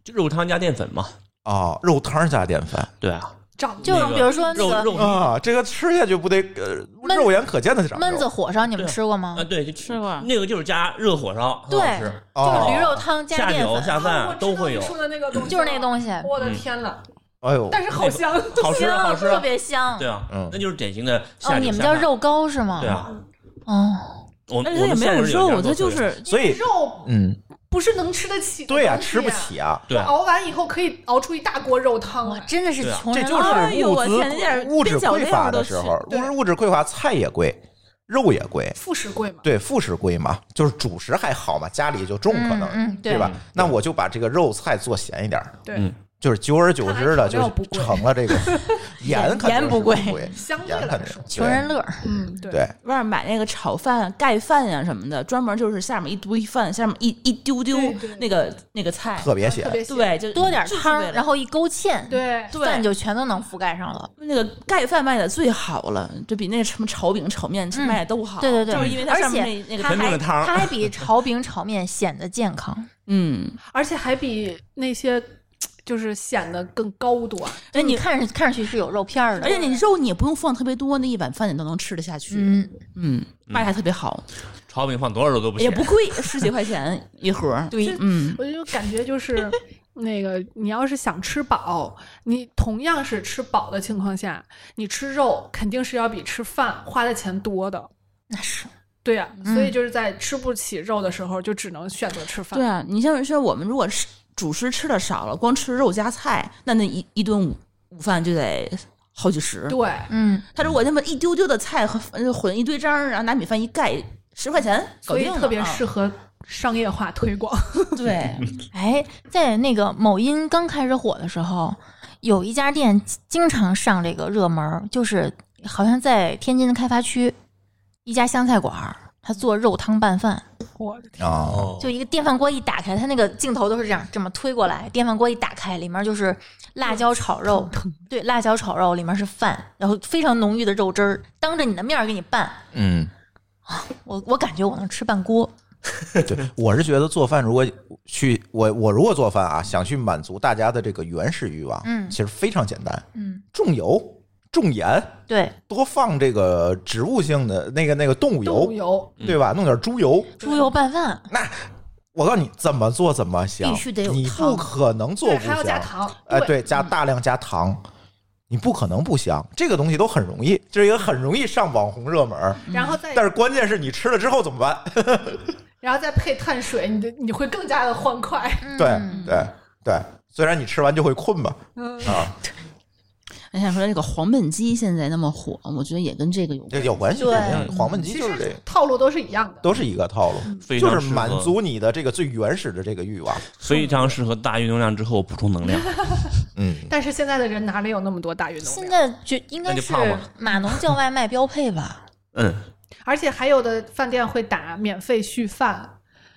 就肉汤加淀粉嘛。哦，肉汤加淀粉对啊，长就那是个比如说那个肉肉啊，这个吃下去不得、呃、焖肉眼可见的长肉焖子火烧，你们对吃过吗啊，？对，就吃吃过那个就是加热火烧，很好对吃就是哦驴肉汤加下淀酒粉，啊下饭都会有，嗯说的那个东西，就是那东西，我的天呐，哎呦，但是好香， 好吃啊好吃特啊，别香。对啊嗯，那就是典型的哦，下酒下饭。你们叫肉糕是吗？对啊，哦，我而们。且它也没有肉，它就是是所以肉嗯，不是能吃得起的对呀、东西吃不。起啊。对啊熬完以后可以熬出一大锅肉汤哇，来，真的是对啊穷这人就是啊哎呦物我资天那点儿物质边角匮料乏都的吃时候，物对质物质匮乏，菜也贵，肉也贵，副食贵嘛。对，副食贵嘛，就是主食还好嘛，家里就种可能，嗯嗯对对吧？那我就把这个肉菜做咸一点儿，对嗯就是久而久之的看来调就料不贵成了这个盐，肯定是盐不贵贵，相对盐来肯定说穷人乐儿，嗯，对对对外面买那个炒饭、盖饭呀、什么的，专门就是下面一堆饭，下面一一丢丢对对那个那个菜，特别嗯特咸，啊别咸对，就多点儿就是汤为儿，了然后一勾芡，对，对饭就全都能覆盖上了。那个盖饭卖的最好了，就比那个什么炒饼、炒面嗯卖的都好。对对对，就是因为它而上面且那那个它全都还是汤儿它还比炒饼、炒面显得健 康。嗯，而且还比那些就是显得更高啊端。对，你看着看上去是有肉片儿的，而且你肉你也不用放特别多，那一碗饭你都能吃得下去。嗯，嗯，卖的还特别好，炒饼放多少肉都不也咸，不贵，十几块钱一盒儿。对嗯，我就感觉就是。那个，你要是想吃饱，你同样是吃饱的情况下，你吃肉肯定是要比吃饭花的钱多的，那是对呀、嗯所以就是在吃不起肉的时候，就只能选择吃饭。对啊，你像说我们如果吃主食吃的少了，光吃肉加菜，那那一一顿午午饭就得好几十。对，嗯，他如果那么一丢丢的菜和呃混一堆渣儿，然后拿米饭一盖，十块钱搞所以定了。特别啊适合商业化 推广。对，哎，在那个某音刚开始火的时候，有一家店经常上这个热门儿，就是好像在天津的开发区一家湘菜馆儿，他做肉汤拌饭，我的天，啊，就一个电饭锅一打开，它那个镜头都是这样这么推过来，电饭锅一打开，里面就是辣椒炒 肉，对，辣椒炒肉里面是饭，然后非常浓郁的肉汁儿，当着你的面儿给你拌，嗯，我我感觉我能吃半锅，对，我是觉得做饭如果去我我如果做饭啊，想去满足大家的这个原始欲望，嗯其实非常简单，嗯，重油、重盐，对，多放这个植物性的那个那个动物油，动油对吧？弄点猪油。猪油拌饭，我告诉你，怎么做怎么香，必须得有你汤不可能做对，不还要加香。糖，哎，对，加大量加糖，你不可能不香。这个东西都很容易，这是一个很容易上网红热门儿。然后再但是关键是你吃了之后怎么办？然后再配碳水，你的你会更加的欢 快。对嗯对对，虽然你吃完就会困吧，嗯，啊，我想哎说，这个黄焖鸡现在那么火，我觉得也跟这个有关。这有关系。对肯定黄焖鸡其就是这实个，套路都是一样的。都是一个套路，非常就是适合满足你的这个最原始的这个欲望。非常适合大运动量之后补充能量。嗯，但是现在的人哪里有那么多大运动现量？在就应那该就是胖吧 码农叫外卖标配吧？嗯而且还有的饭店会打免费续饭，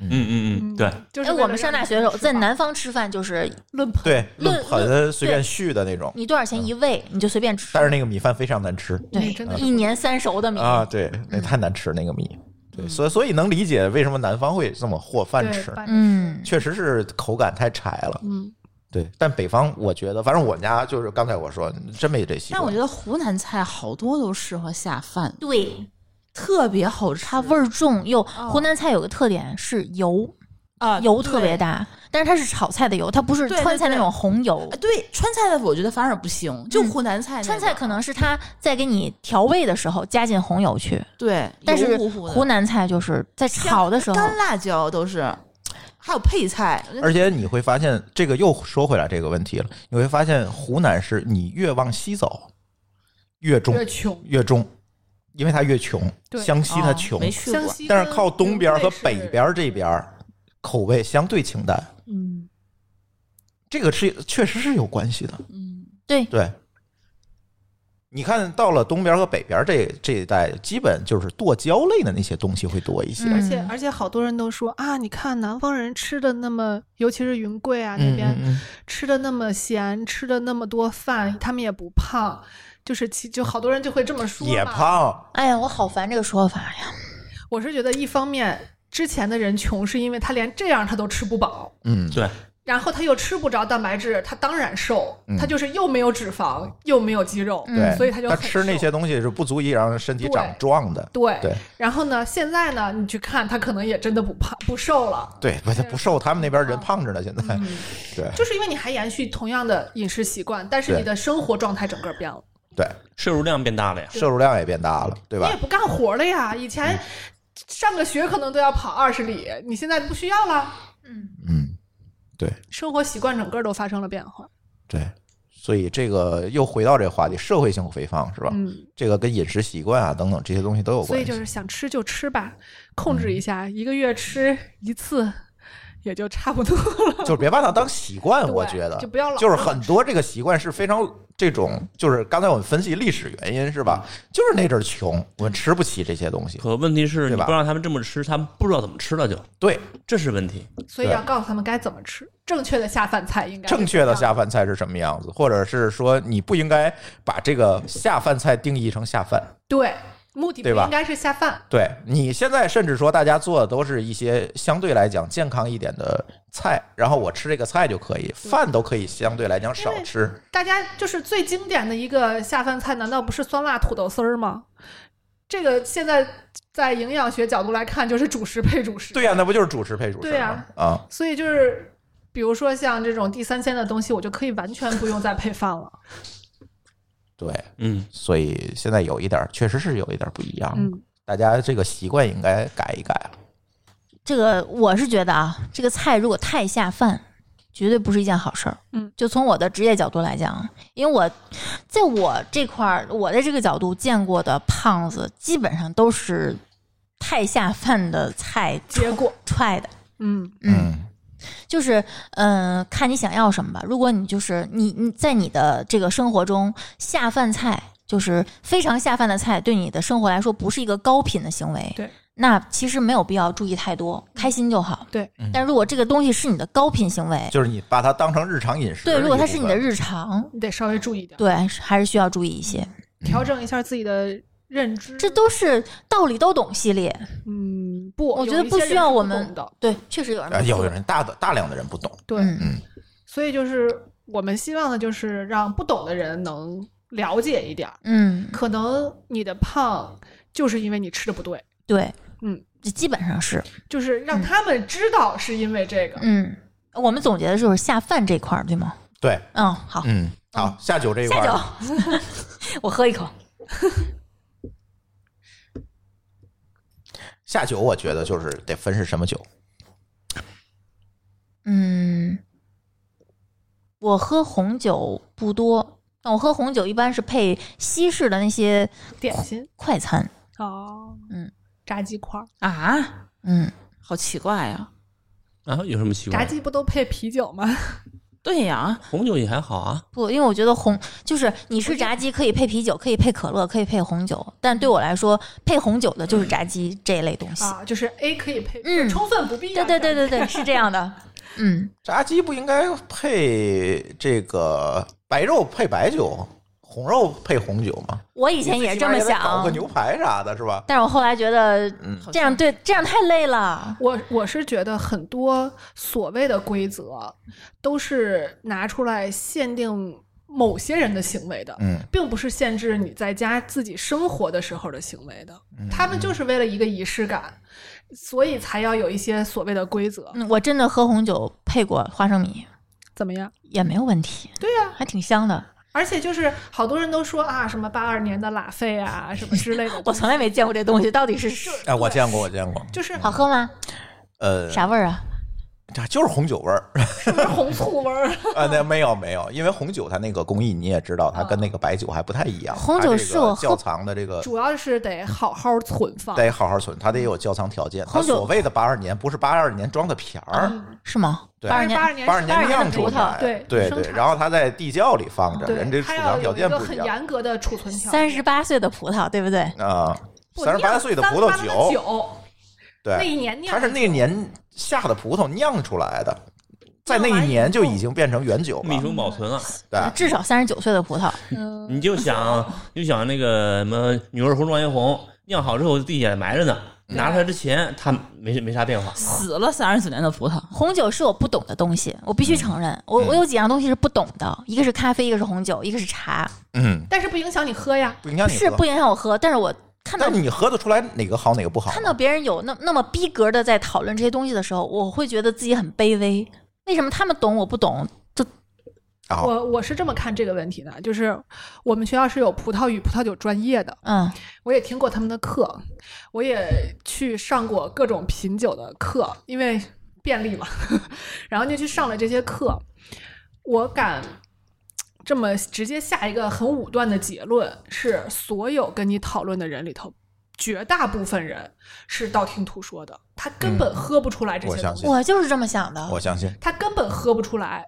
嗯嗯嗯，对，就是哎，我们上大学的时候，在南方吃饭就是论盆，对， 论论盆随便续的那种，你多少钱一位，你就随便吃。但是那个米饭非常难吃对真的，一年三熟的米，啊，对，那太难吃那个米，对，所以所以能理解为什么南方会这么和饭对吃，，半嗯，确实是口感太柴了。嗯，对，但北方我觉得，反正我们家就是刚才我说，真没这习惯。但我觉得湖南菜好多都适合下饭，对，特别好吃。它味儿重又湖南菜有个特点是油，啊油特别。大，但是它是炒菜的油，它不是对对川菜那对种红油对啊。对，川菜的我觉得反而不行，就嗯湖南菜那个、川菜可能是它在给你调味的时候加进红油去，对，但是油乎乎的湖南菜就是在炒的时候，干啊辣椒都是，还有配菜，而且你会发现，这个又说回来这个问题了，你会发现湖南是你越往西走，越重越穷，越重，因为它越穷，对湘西它哦穷，没去湘过。西但是靠东边和跟北，边这边口味相对清淡，嗯，这个是确实是有关系的。嗯，对，你看到了东边和北边这这一带，基本就是剁椒类的那些东西会多一些。嗯而且而且好多人都说啊，你看南方人吃的那么，尤其是云贵啊那嗯边嗯嗯，吃的那么咸，吃的那么多饭，他们也不胖，就是其就好多人就会这么说，也。胖，哎呀，我好烦这个说法呀。我是觉得一方面之前的人穷是因为他连这样他都吃不饱，嗯，对，然后他又吃不着蛋白质，他当然瘦，嗯他就是又没有脂肪又没有肌肉，对，嗯所以他就他很吃那瘦些东西是不足以让身体对长壮的。对对然后呢，现在呢，你去看他可能也真的不胖不瘦了，对，不不瘦，他们那边人胖着呢，现在。 对就是因为你还延续同样的饮食习惯，但是对你的生活状态整个变了，对，摄入量变大了呀。摄入量也变大了，对你吧嗯也？不干活了呀，以前。上个学可能都要跑二十里，你现在不需要了，嗯，对生活习惯整个都发生了变化。对，所以这个又回到这个话题，社会性肥胖是吧？嗯，这个跟饮食习惯啊等等这些东西都有所关以系。就是想吃就吃吧，控制一嗯下，一个月吃一次也就差不多了。 就是别把它当习惯， 对我觉得就不要老就是很多这个习惯是非常这种，就是刚才我们分析历史原因是吧？就是那阵儿穷，我们吃不起这些东西。嗯可问题是，对你吧不让他们这么吃，他们不知道怎么吃了就，对，这是问题。所以要告诉他们该怎么吃，正确的下饭菜应该是正确的怎么下饭菜是什么样子，或者是说你不应该把这个下饭菜定义成下饭。样对，目的不对吧应该是下饭，对你现在甚至说大家做的都是一些相对来讲健康一点的菜，然后我吃这个菜就可以，饭都可以相对来讲少吃。大家就是最经典的一个下饭菜，难道不是酸辣土豆丝儿吗？这个现在在营养学角度来看，就是主食配主食。对呀、那不就是主食配主食对吗呀？啊，所以就是。比如说像这种第三鲜的东西，我就可以完全不用再配饭了。对，嗯，所以现在有一点儿确实是有一点儿不一样。嗯，大家这个习惯应该改一改啊了。这个我是觉得啊，这个菜如果太下饭，绝对不是一件好事儿。嗯，就从我的职业角度来讲，啊因为我在我这块儿，我在这个角度见过的胖子，基本上都是太下饭的菜结果，踹的。嗯，嗯，就是嗯、呃看你想要什么吧。如果你就是你你在你的这个生活中下饭菜，就是非常下饭的菜，对你的生活来说不是一个高频的行为。对。那其实没有必要注意太多，开心就好。对嗯但如果这个东西是你的高频行为，就是你把它当成日常饮食的一对，部分。如果它是你的日常，你得稍微注意点。对，是还是需要注意一些。嗯调整一下自己的认知。这都是道理都懂系列，嗯，嗯，不，我有觉得一不些需人要是我不们懂的，对，确实有人啊，不有懂人大的大量的人不懂，对，嗯嗯，所以就是我们希望的就是让不懂的人能了解一点儿，嗯，可能你的胖就是因为你吃的不对，对，嗯，这基本上是，就是让嗯他们知道是因为这个。嗯，我们总结的就是下饭这块儿，对吗？对，嗯，好，嗯，好，下酒这一块下儿酒，我喝一口。下酒我觉得就是得分是什么酒，嗯，我喝红酒不多，但我喝红酒一般是配西式的那些点心快餐。哦，嗯，炸鸡块儿，啊，嗯，好奇怪呀、啊，有什么奇炸怪？鸡不都配啤酒吗？对呀、红酒也还好啊，不，因为我觉得红就是你吃炸鸡可以配啤酒，可以配可乐，可以配红酒，但对我来说，配红酒的就是炸鸡这一类东西。啊，就是 A 可以配，嗯充分不对必要。对对对 对，是这样的。嗯，炸鸡不应该配这个白肉配白酒，红肉配红酒吗？我以前也是这么你最起码也得搞想个，牛排啥的是吧？但是我后来觉得嗯这样对，这样太累了。我我是觉得很多所谓的规则都是拿出来限定某些人的行为的，嗯并不是限制你在家自己生活的时候的行为的。嗯他们就是为了一个仪式感，所以才要有一些所谓的规则。嗯，我真的喝红酒配过花生米怎么样？也没有问题，对呀、还挺香的。而且就是好多人都说啊，什么八二年的拉菲啊，什么之类的 。我从来没见过这东西，到底是哎，我见过，我见过，就是好喝吗？呃，啥味儿啊？这就是红酒味儿 是不是红醋味儿？啊，那没有没有，因为红酒它那个工艺你也知道，它跟那个白酒还不太一样。红酒是我它这个窖藏的这个主要是得好好存放。得好好存，它得有窖藏条件。它红酒嗯所谓的八二年，不是八二年装的瓶儿，是吗？对82八年二年八二82年酿出葡萄来，对对生对，产然后它在地窖里放着，对，人这储它要藏条有一件个不很一样严格的储存条件。三十八岁的葡萄，对不对？啊。不三十八岁的葡萄38的酒，酒，那对，一年酿它的酒，是那年下的葡萄酿出来的，在那酿一完以年就后已经变成原酒密了。封保存啊。对，至少三十九岁的葡萄，嗯你就想，你就想那个什么女儿红妆艳红，酿好之后地下埋着呢，拿出来之前它没没啥变化。死了三十九年的葡萄，红酒是我不懂的东西，我必须承嗯认，我我有几样东西是不懂的，一个是咖啡，一个是红酒，一个是茶，嗯，但是不影响你喝呀。不影响你是喝不，影响我喝，但是我看到但你喝得出来哪个好哪个不好吗？看到别人有那那么逼格的在讨论这些东西的时候，我会觉得自己很卑微。为什么他们懂我不懂？啊，我我是这么看这个问题的，就是我们学校是有葡萄与葡萄酒专业的，嗯，我也听过他们的课，我也去上过各种品酒的课，因为便利嘛， 然后就去上了这些课。我敢这么直接下一个很武断的结论，是所有跟你讨论的人里头，绝大部分人是道听途说的，他根本喝不出来这嗯我些相东西，信我就是这么想的。我相信，他根本喝不出来。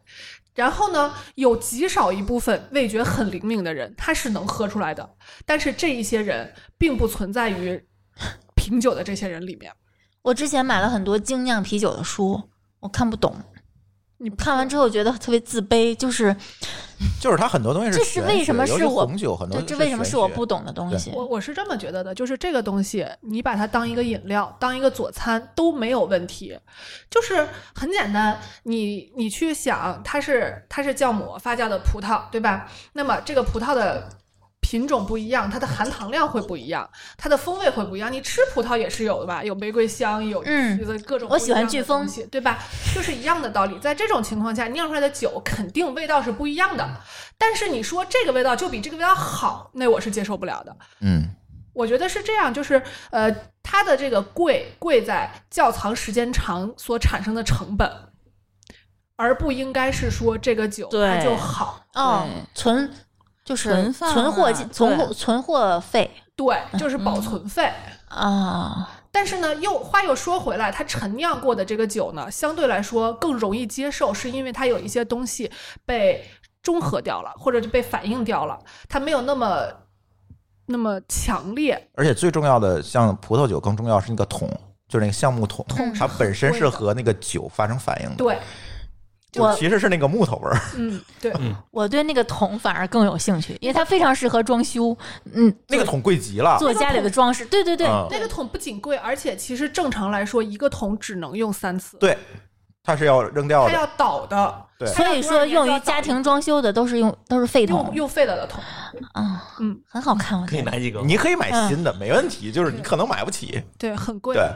然后呢，有极少一部分味觉很灵敏的人，他是能喝出来的，但是这一些人并不存在于 品酒的这些人里面。我之前买了很多精酿啤酒的书，我看不懂。你不看完之后觉得特别自卑，就是就是它很多东西这是是玄为学什么尤是其我红酒很多对，这为什么玄是我学不懂的东西？我我是这么觉得的，就是这个东西，你把它当一个饮料，当一个佐餐都没有问题，就是很简单。你你去想，它是它是酵母发酵的葡萄，对吧？那么这个葡萄的品种不一样，它的含糖量会不一样，它的风味会不一样。你吃葡萄也是有的吧？有玫瑰香，有嗯橘子，各种我喜欢不一样飓的风东西，对吧？就是一样的道理。在这种情况下，酿出来的酒肯定味道是不一样的。但是你说这个味道就比这个味道好，那我是接受不了的。嗯我觉得是这样，就是呃，它的这个贵贵在窖藏时间长所产生的成本，而不应该是说这个酒对它就好。哦对，存就是存放存货啊进存货对存货费对，就是保存费。啊，但是呢，又话又说回来，它陈酿过的这个酒呢，相对来说更容易接受，是因为它有一些东西被中和掉了，或者就被反应掉了，它没有那么那么强烈。而且最重要的，像葡萄酒更重要是那个桶，就是那个橡木桶，桶是它本身贵是的和那个酒发生反应的。对，就其实是那个木头味儿。嗯，对，我对那个桶反而更有兴趣，因为它非常适合装修，嗯，那个桶贵极了，做家里的装饰。对对对，嗯那个桶不仅贵，而且其实正常来说，一个桶只能用三次，对，它是要扔掉它的。要倒的，对所它要以多少说年就要用于家庭装修的都是用都是废倒用桶，用废了的桶，啊，嗯，很好看，我可觉以得买几个。你可以买新的，没问题，就是你可能买不起。嗯对，很贵，对，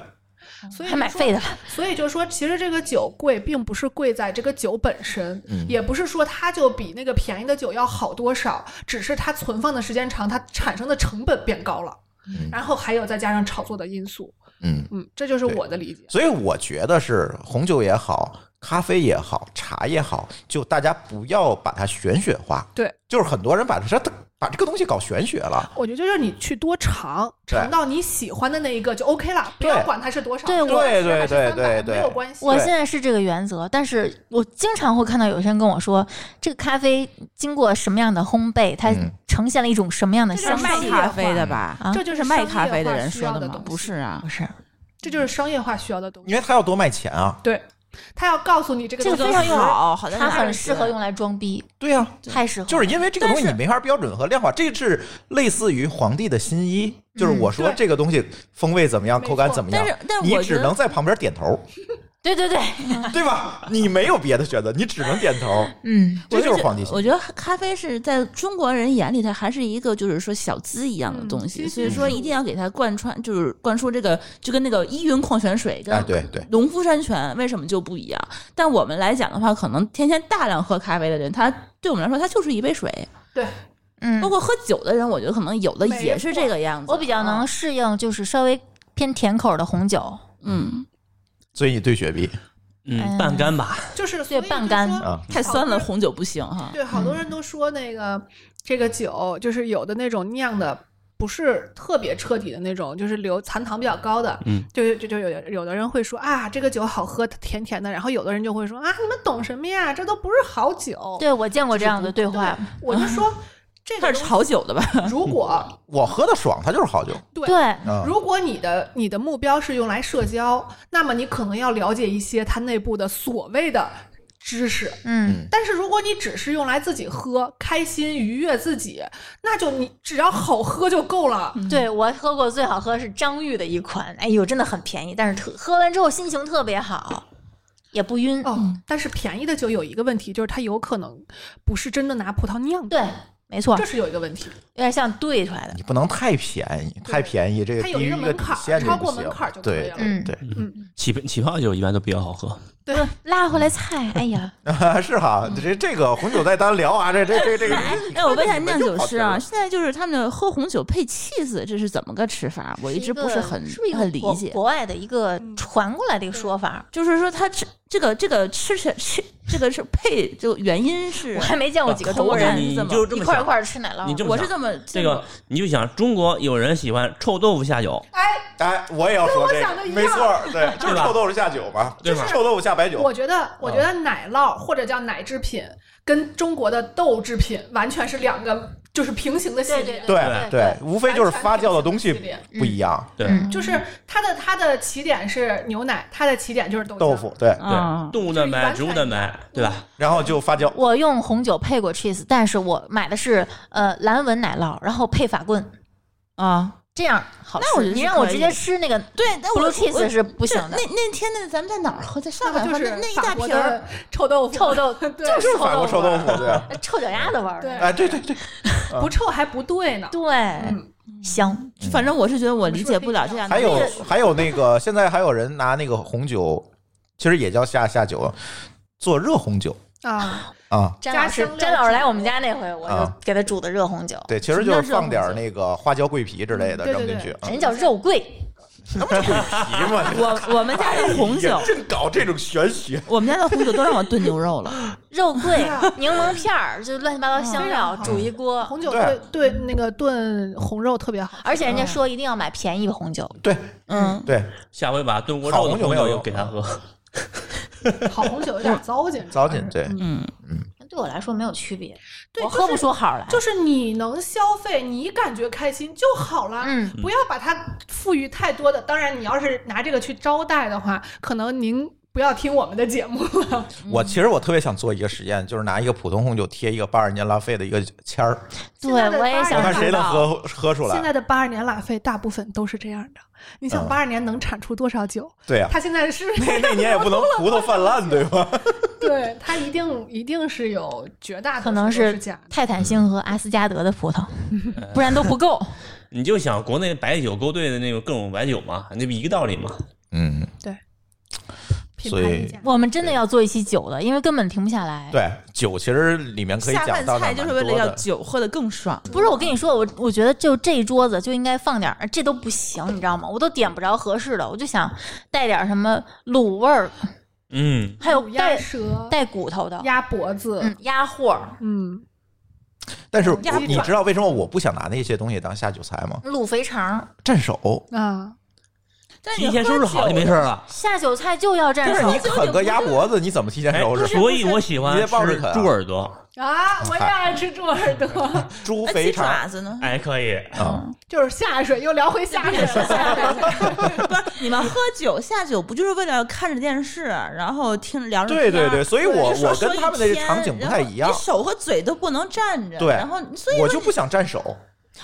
所以还买就说废的吧。所以就是说，其实这个酒贵，并不是贵在这个酒本身，嗯也不是说它就比那个便宜的酒要好多少，只是它存放的时间长，它产生的成本变高了，嗯然后还有再加上炒作的因素，嗯，嗯，这就是对我的理解。所以我觉得是红酒也好，咖啡也好，茶也好，就大家不要把它玄学化。对，就是很多人把它把这个东西搞玄学了。我觉得就是你去多尝，对尝到你喜欢的那一个就 OK 了，不对要管它是多少，对是我对对还是对300对对没有关系。我对现在是这个原则，但是我经常会看到有些人跟我说，这个咖啡经过什么样的烘焙，它嗯呈现了一种什么样的这香就是气。卖卖咖咖啡啡的的嗯吧？啊这就是商卖业咖啡化人需说要的的吗？东不西是啊不，是，这就是商业化需要的东西。因为它要多卖钱啊。对，他要告诉你这个这个东西非常用好，好在它哪儿很适合用来装逼，对呀、太适合了。就是因为这个东西但你是没法标准和量化，这是类似于皇帝的新衣，就是我说对这个东西风味怎么样，没口感错怎么样但是但，你我只觉得能在旁边点头，对对对，对吧？你没有别的选择，你只能点头，嗯，这就我是皇帝新我衣。觉得咖啡是在中国人眼里，它还是一个就是说小资一样的东西，嗯所以说一定要给它贯穿，就是灌输这个，就跟那个依云矿泉水跟哎，对对，农夫山泉为什么就不一样？但我们来讲的话，可能天天大量喝咖啡的人，他对我们来说，他就是一杯水。对，嗯包，括喝酒的人，我觉得可能有的也是这个样子。我比较嗯能适应，就是稍微偏甜口的红哦酒。嗯，所以你对雪碧，嗯，半干吧，就是对半干啊啊，太酸了，红酒不行哈。对，好多人都说那个、这个酒就是有的那种酿的。不是特别彻底的那种，就是留残糖比较高的，嗯，就就就有有的人会说啊，这个酒好喝，甜甜的，然后有的人就会说啊，你们懂什么呀？这都不是好酒。对我见过这样的对话，我就说这它个是东炒酒的吧？西如果我喝的爽，它就是好酒。对对，啊。如果你的你的目标是用来社交，那么你可能要了解一些它内部的所谓的知识。嗯，嗯，但是如果你只是用来自己喝，开心愉悦自己，那就你只要好喝就够了。嗯对我喝过最好喝是张裕的一款，哎呦，真的很便宜，但是特喝完之后心情特别好，也不晕。哦，但是便宜的酒有一个问题，就是它有可能不是真的拿葡萄酿的，对，没错，这有是有一个问题。点像兑出来的。你不能太便宜，太便宜这个它有低一于个一个门底槛线就超不过行门槛就可以对了嗯对对， 起起泡酒一般都比较好喝。对，拉回来菜，哎呀，是哈，嗯这这个红酒再单聊啊，这这这这个， 哎，我问一下酿酒师你啊，们就跑题了现在就是他们喝红酒配 cheese，这是怎么个吃法？呃我一直不是是个很是不是一个很理国解。国外的一个传过来的一个说法，就是说，他吃这个这个吃起来吃这个是配，就原因是我还没见过几啊个中国口感人你你就这一么块儿一想，块儿吃奶酪。你这么我想是这么这个，你就想中国有人喜欢臭豆腐下酒，哎，哎，我也要说这跟我想的个，一样没错儿，对，就是对吧臭豆腐下酒嘛，对吧臭豆腐下白酒，我觉啊得我觉得奶酪或者叫奶制品跟中国的豆制品完全是两个，就是平行的系对列。对对对，无非就是发酵的东西不一样，对嗯就是它的它的起点是牛奶，它的起点就是嗯豆浆豆腐对，啊嗯对，动物蛋白、植物蛋白，对吧？然后就发酵。我用红酒配过 cheese，但是我买的是呃蓝纹奶酪，然后配法棍，啊，这样好吃。那我觉得你是让我可直以接吃那个对，但我 blue 我 cheese 是不是行的那。那天那咱们在哪儿喝？在上海那不喝就的是那一法大国瓶儿的臭豆腐，臭豆 对就是法国臭豆腐腐，味儿，对啊， 臭脚丫子味儿。对哎，对对对，不臭还不对呢。嗯对，香。反正我是觉得我理解不了这样的。还有还有那个，现在还有人拿那个红酒，其实也叫下下酒，做热红酒啊，啊。詹加老师香，料詹老师酒来我们家那回，我就啊给他煮的热红酒，对，其实就是放点那个花椒、桂皮之类的嗯对扔对进去，啊人家叫肉桂，皮嘛，我我们家的红 酒，真搞这种玄学。我们家的红酒都让我炖牛肉了。 肉桂、柠檬片儿，就乱七八糟嗯香料煮一锅。红酒对对对那个炖红肉特别好，而且人家说一定要买便宜的红酒，对嗯，对，下回把炖锅好肉红的酒没有嗯酒用给他喝。好红酒有点糟践，嗯糟践对，对我来说没有区别，对我就是喝不出好来。就是你能消费，你感觉开心就好了。嗯，不要把它赋予太多的。当然，你要是拿这个去招待的话，可能您不要听我们的节目了。我其实我特别想做一个实验，就是拿一个普通红酒贴一个八二年拉菲的一个签儿，对现在的我也八我想二看年谁知能道。喝喝出现来。在的八二年拉菲大部分都是这样的。你想嗯啊八二年能产出多少酒？对呀、它 现在是那那年也不能葡萄泛滥，对吧？对它一定一定是有绝大多可能数都是是假的。泰坦星和阿斯加德的葡 萄，嗯不然都不够。你就想国内白酒勾兑的那个各种白酒嘛，那不一个道理嘛。嗯，品所牌以溢价我们真的要做一期酒的，因为根本停不下来。对，酒其实里面可以下讲饭到的菜蛮就多是的。为了要酒喝的更爽。不是我跟你说，我我觉得就这一桌子就应该放点儿，这都不行，你知道吗？我都点不着合适的，我就想带点儿什么卤味儿，嗯，还有有鸭带舌、带骨头的，鸭脖子，嗯，鸭货儿、嗯，但是鸭你知道为什么我不想拿那些东西当下酒菜吗？卤肥肠，蘸手，啊，但是提你前收拾好就没事了。下酒菜就要蘸但是手你。啃个鸭脖子，你怎么提前哎收，拾？所以我喜欢你得抱着吃啃啊猪耳朵。啊，我也爱吃猪耳 朵，猪哎肥鸡肠爪子嗯呢？哎，可以，啊，就是下水，又聊回下水 了。 不是你们喝酒下酒不就是为了看着电视，然后听聊着对天对儿对，所以我说我说跟一他们的这天场景不太一样然后你，手和嘴都不能站着，对然后所以我说就你不想蘸手。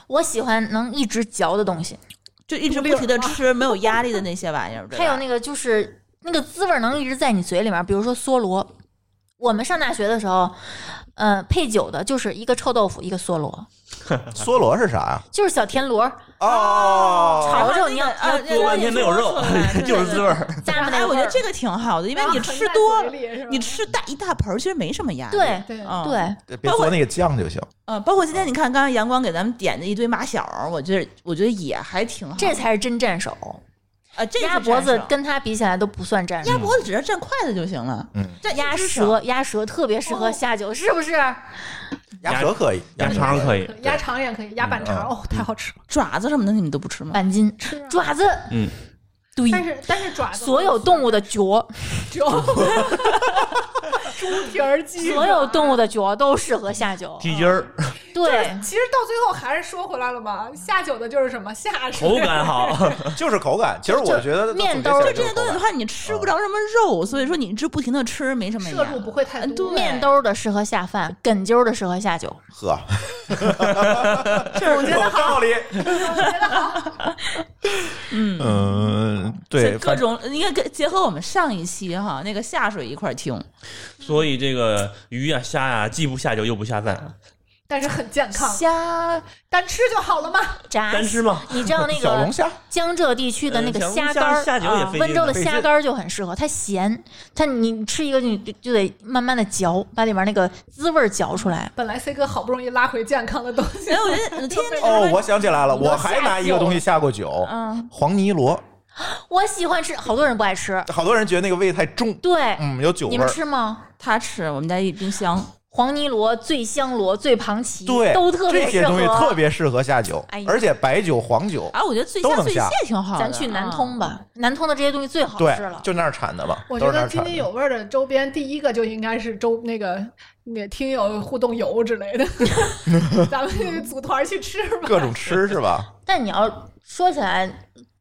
我喜欢能一直嚼的东西，就一直独不立停的了吃，没有压力的那些玩意儿。对吧还有那个就是那个滋味儿能一直在你嘴里面，比如说梭罗。我们上大学的时候，呃，配酒的就是一个臭豆腐，一个梭罗，梭罗是啥呀？就是小田螺儿， 哦，炒然后着那你要个啊要对做半天没有肉说出 来，就是滋味。对对对儿。加上那哎，个我觉味得儿这个挺好的，因为你吃然后多横在了，嘴里是吧你吃大一大盆儿，其实没什么压力。对对嗯对，别包括做那个酱就行。嗯，包括今天你看，刚才阳光给咱们点的一堆马小儿，我觉得我觉得也还挺好。这才是真蘸手。啊，这是鸭脖子战胜跟它比起来都不算蘸手鸭。脖子只要蘸筷子就行了。嗯，蘸鸭一只手，哦嗯舌，鸭舌特别适合下酒，是不是？鸭舌可以， 鸭舌肠可以，嗯鸭肠也可以，鸭板肠嗯哦，太好吃了。爪子什么的你们都不吃吗？板筋、吃啊爪子，嗯，对，但是但是爪子，所有动物的 脚，就猪蹄儿啊鸡，所有动物的脚都适合下酒。鸡筋儿，对，其实到最后还是说回来了嘛，下酒的就是什么下水口感好。 就是口感。其实我觉得面都兜这些东西的话，你吃不着什么嗯肉，所以说你一直不停的吃没什么摄入呀。不会太嗯多。哎 对面兜的适合下饭，梗揪的适合下酒。喝，我觉得有道理。嗯，嗯，所以对，各反种应该跟结合我们上一期哈那个下水一块 儿听，所以这个鱼呀、虾呀，既不下酒又不下饭，啊但是很健 康，虾单吃就好了嘛。炸，单吃嘛。你 知道那小龙个虾，江浙地区的那个呃虾干儿，啊下酒也费劲温州的费劲虾干儿就很适合，它咸，它你吃一个你就就得慢慢的嚼，把里面那个滋味儿嚼出来。本来 C 哥好不容易拉回健康的东西哎，，我觉 得天天哦，我想起来了，我还拿一个东西下过酒，嗯，黄泥螺。我喜欢吃，好多人不爱吃。好多人觉得那个味太重，对，嗯，有酒你味们儿。吃吗？他吃我们家一冰箱，黄泥螺、醉香螺、醉庞奇，对，都特别这些适合。东西特别适合下酒哎呀，而且白酒、黄酒，啊，我觉得醉都虾能醉下蟹挺好的。啊咱去南通吧，吧，南通的这些东西最好对吃了，。就那儿产的吧， 我都觉是那得儿津产津的。有味儿的周边，第一个就应该是周那个那听友互动游之类的，咱们组团去吃吧。各种吃是吧？但你要说起来，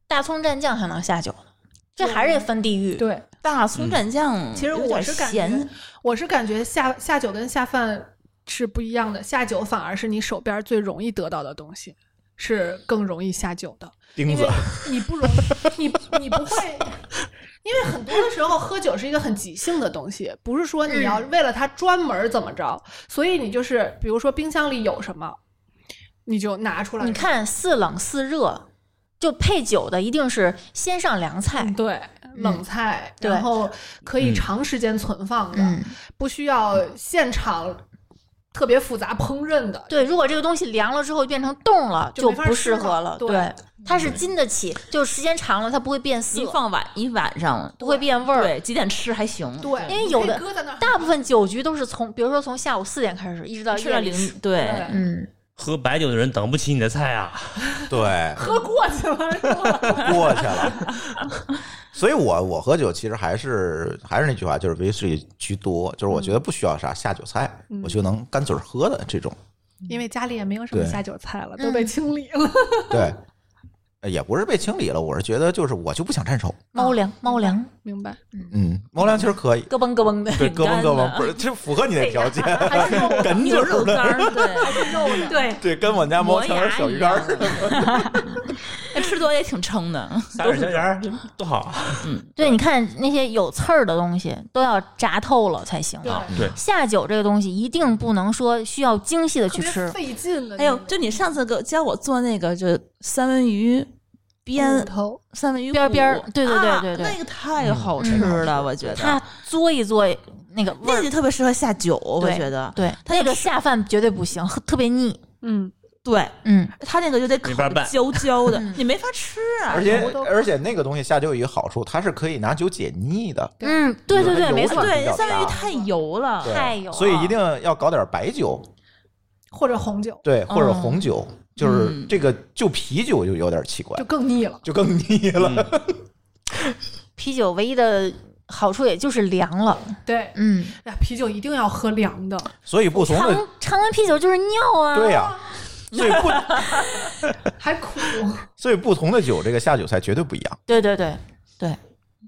大葱蘸酱还能下酒呢，这还是分地嗯域。 对，大嗯葱蘸酱，其实有点嗯我是感觉咸，，我是感觉下下酒跟下饭是不一样的，下酒反而是你手边最容易得到的东西，是更容易下酒的，钉因子为，你不容你你不会。因为很多的时候，喝酒是一个很即兴的东西，不是说你要嗯为了它专门儿怎么着，所以你就是比如说冰箱里有什么，你就拿出来。你，看似冷似热，就配酒的一定是先上凉菜。嗯对，冷菜，嗯对然后可以嗯长时间存放的，嗯，不需要现场特别复杂烹饪的。对，如果这个东西凉了之后变成冻了，就就没法不吃适合了了。对对，它是经得起，就时间长了它不会变色一，嗯放晚一晚上，不会变味儿。对，几点吃还行，对，因为你有可以的搁在那儿大部分酒局都是从，比如说从下午四点开始，一直到吃了夜里十零，对，对嗯，喝白酒的人等不起你的菜啊！对，喝过去了，是吧？过去了。所以我我喝酒其实还是还是那句话，就是威士忌居多，就是我觉得不需要啥下酒菜，嗯我就能干嘴儿喝的这种。因为家里也没有什么对下酒菜了，都被清理了。对，嗯呃也不是被清理了，我是觉得就是我就不想沾手。猫粮猫粮，明白？嗯，猫粮其实可以， 咯嘣咯嘣的，对，挺咯嘣咯嘣，干的哎不是，这符合你的条件，还 是肉哏有肉啾干的，儿，对，肉呢，对，对，跟我们家猫磨全是牙小一鱼干样儿。那吃多也挺撑的。撒点椒盐儿多好。 对，你看那些有刺儿的东西都要炸透了才行。对，啊下酒这个东西一定不能说需要精细的特去别吃，哎费劲了。还有，就你上次给我教我做那个，就三文鱼烟嗯煸头，三文鱼边儿骨边儿对对对啊对对那个嗯太好吃了，我觉它得嘬一嘬那个味那儿，就特别适合下酒，我觉得对，它那就个是下饭绝对不行，特别腻。嗯，对，嗯，它那个就得口没法拌焦焦的嗯，你没法吃啊。而且头都而且那个东西下酒有一个好处，它是可以拿酒解腻的，嗯，对对对，有没味错儿，对比较，三文鱼大太油了。对太啊有了所以一定要搞点白酒，或者红酒对，或者嗯红酒，就是嗯这个就啤酒就有点奇怪就，更腻了。就更腻了。嗯啤酒唯一的好处也就是凉了。对，嗯，哎呀，啤酒一定要喝凉的， 所以不同的常常温啤酒就是尿啊。嗯对呀、所以不还苦。所以不同的酒，这个下酒菜绝对不一样，对对对，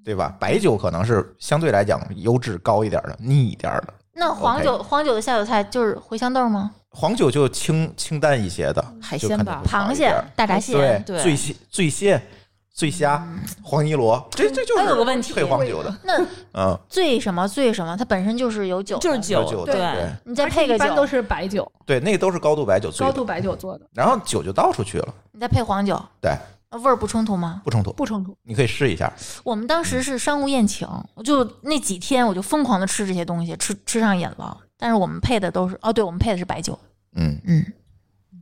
对吧？白酒可能是相对来讲优质高一点的，腻一点的。那黄酒黄酒的下酒菜就是茴香豆吗？黄酒就清清淡一些的，海就鲜可能吧会好螃一点蟹儿、大闸蟹，对对醉蟹、醉蟹、醉虾、黄泥螺，这这就是还有个问题配黄酒的，那嗯，醉什么醉什么，它本身就是有酒的，就是有酒，酒的，对对你 再配而且个一般都酒，是白酒，对，那个都是高度白酒醉高的，度白酒做的，然后酒就倒出去了，你再配黄酒，对，那味儿不冲突吗？不冲突，不冲突。你可以试一下。我们当时是商务宴请，我就那几天我就疯狂的吃这些东西，吃吃上瘾了。但是我们配的都是哦，对，我们配的是白酒，嗯嗯，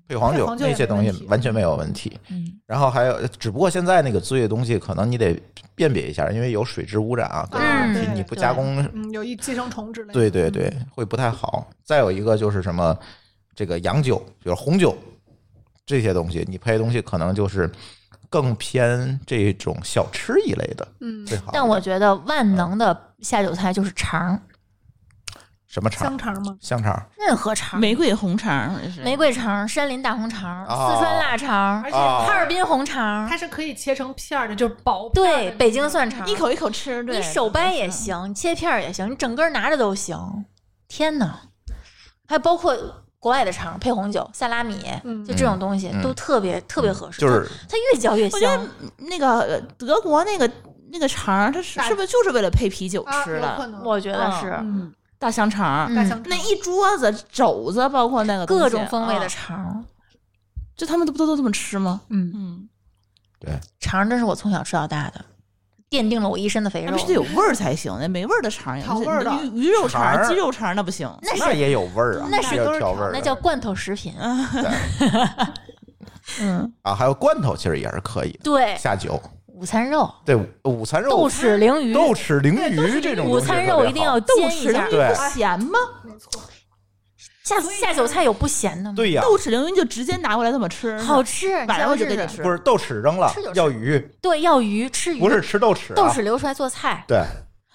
配黄酒配黄酒那些东也没问西题完全没有问题。嗯，然后还有，只不过现在那个醉的东西，可能你得辨别一下，因为有水质污染啊，各种嗯问题，你不加工，嗯，有一寄生虫之类的。对对对，会不太好。再有一个就是什么，这个洋酒，比如红酒这些东西，你配的东西可能就是更偏这种小吃一类的嗯，最好。但我觉得万能的下酒菜就是肠儿，什么肠香？肠吗？香肠任何肠儿，玫瑰红肠儿也是玫瑰肠儿、山林大红肠儿、哦四川腊肠儿、而且啊哈尔滨红肠它儿，是可以切成片儿的，就是薄片儿的对，北京蒜肠儿，一口一口吃，对你手掰也，行，切片儿也行，你整个拿着都行。天哪，还包括国外的肠配红酒、萨拉米，嗯就这种东西嗯都特别特别合适。就是它它越嚼越我觉得香，那个呃德国那个那个肠儿，它是大是不是就是为了配啤酒啊，吃有可的？能。我觉得是嗯，大香肠儿，嗯大香肠那一桌子肘子，包括那个东西各种风味的啊肠。就他们都不都这么吃吗？嗯，嗯，肠真是我从小吃到大的，奠定了我一身的肥哎那肉必。须得有味儿才行，那没味儿的肠儿也调不行味儿的鱼鱼肉肠肠儿、儿鸡肉肠儿那不行。那那是也有味儿啊，那是也有调味儿的，那叫罐头食品。嗯啊，还有罐头，其实也是可以的。对，下酒，午餐肉、对午餐肉豆豉鲮鱼、豆豉鲮鱼这种东午西特餐别肉一定好要豆煎一豉下鲮。对鱼不咸吗？没错。下下酒菜有不咸的吗？对呀，豆豉鲮鱼就直接拿过来这么吃，好吃，你晚上下我次就给试你试吃。不是豆豉扔了吃就吃要鱼，对，要鱼吃鱼不是吃豆豉、啊，豆豉留出来做菜。对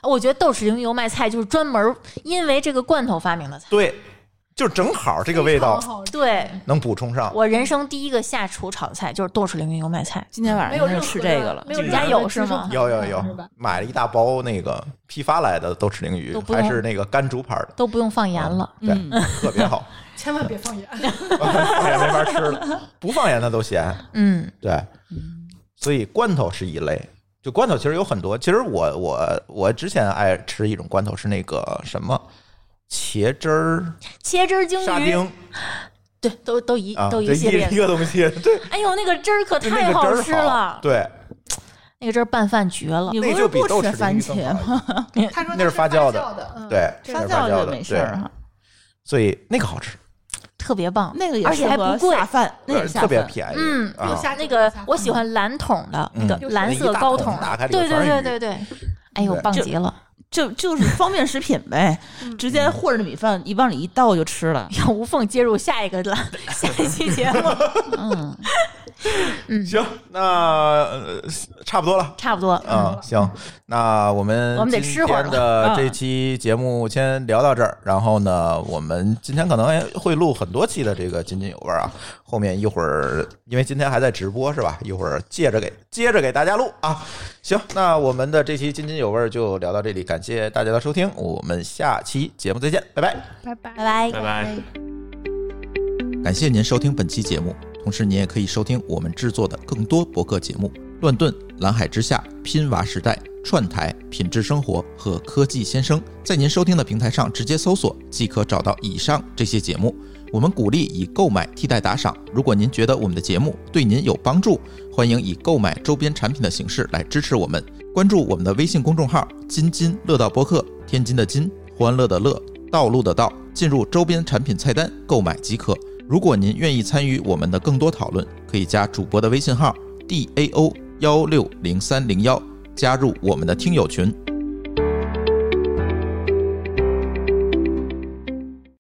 我觉得豆豉牛油麦菜就是专门因为这个罐头发明的菜。对，就正好这个味道非常好吃对能补充上。我人生第一个下厨炒的菜就是豆豉牛油麦菜，今天晚没上有就任是何吃的这个了，没有竟任然何有的是技术吗含有有量有是吧，买了一大包那个批发来的豆豉鲮鱼都，不还用是那个干竹牌的，都不用放盐了。对，嗯特别 好，千万别放盐。放盐没法吃了，不放盐它都咸。嗯，对，所以罐头是一类。就罐头其实有很多，其实我我我之前爱吃一种罐头是那个什么茄汁儿茄汁儿鲸沙鱼，丁对，都都一啊，都这一系列一。 个东西，对，哎呦，那个汁儿可就那太个汁儿吃好了，对，那个汁儿拌饭绝了你。不那是就比不豆吃豉鲮番鱼更茄好吗？一点。他 说那是是发酵的酵的，嗯，对，发是发酵酵就的没事儿对哈，所以那个好 吃，特别棒，那个也而且还不适合贵下。饭，那也呃是下特别饭便宜。嗯啊又，下那个我喜欢蓝桶的那嗯个蓝色高桶一大桶打开的，里头对对全是对鱼对对，哎呦对棒极了！ 就就是嗯方便食品呗嗯，直接和着米饭一往里一倒就吃了 。要无缝接入下一个了，下一期节目。嗯，行，那、呃差不多了。差不多。嗯，行，那我们我们得吃会儿了今天嗯的这期节目先聊到这儿，然后呢，我们今天可能会录很多期的这个津津有味儿啊。后面一会儿，因为今天还在直播是吧？一会儿接着给接着给大家录啊。行，那我们的这期津津有味儿就聊到这里，感谢大家的收听，我们下期节目再见，拜拜。拜拜拜拜。拜拜。感谢您收听本期节目，同时您也可以收听我们制作的更多博客节目：乱炖、蓝海之下、拼娃时代、串台、品质生活和科技先生。在您收听的平台上直接搜索，即可找到以上这些节目。我们鼓励以购买替代打赏。如果您觉得我们的节目对您有帮助，欢迎以购买周边产品的形式来支持我们。关注我们的微信公众号“津津乐道播客”，天津的津，欢乐的乐，道路的道，进入周边产品菜单购买即可。如果您愿意参与我们的更多讨论，可以加主播的微信号 d a o 幺六零三零幺，加入我们的听友群。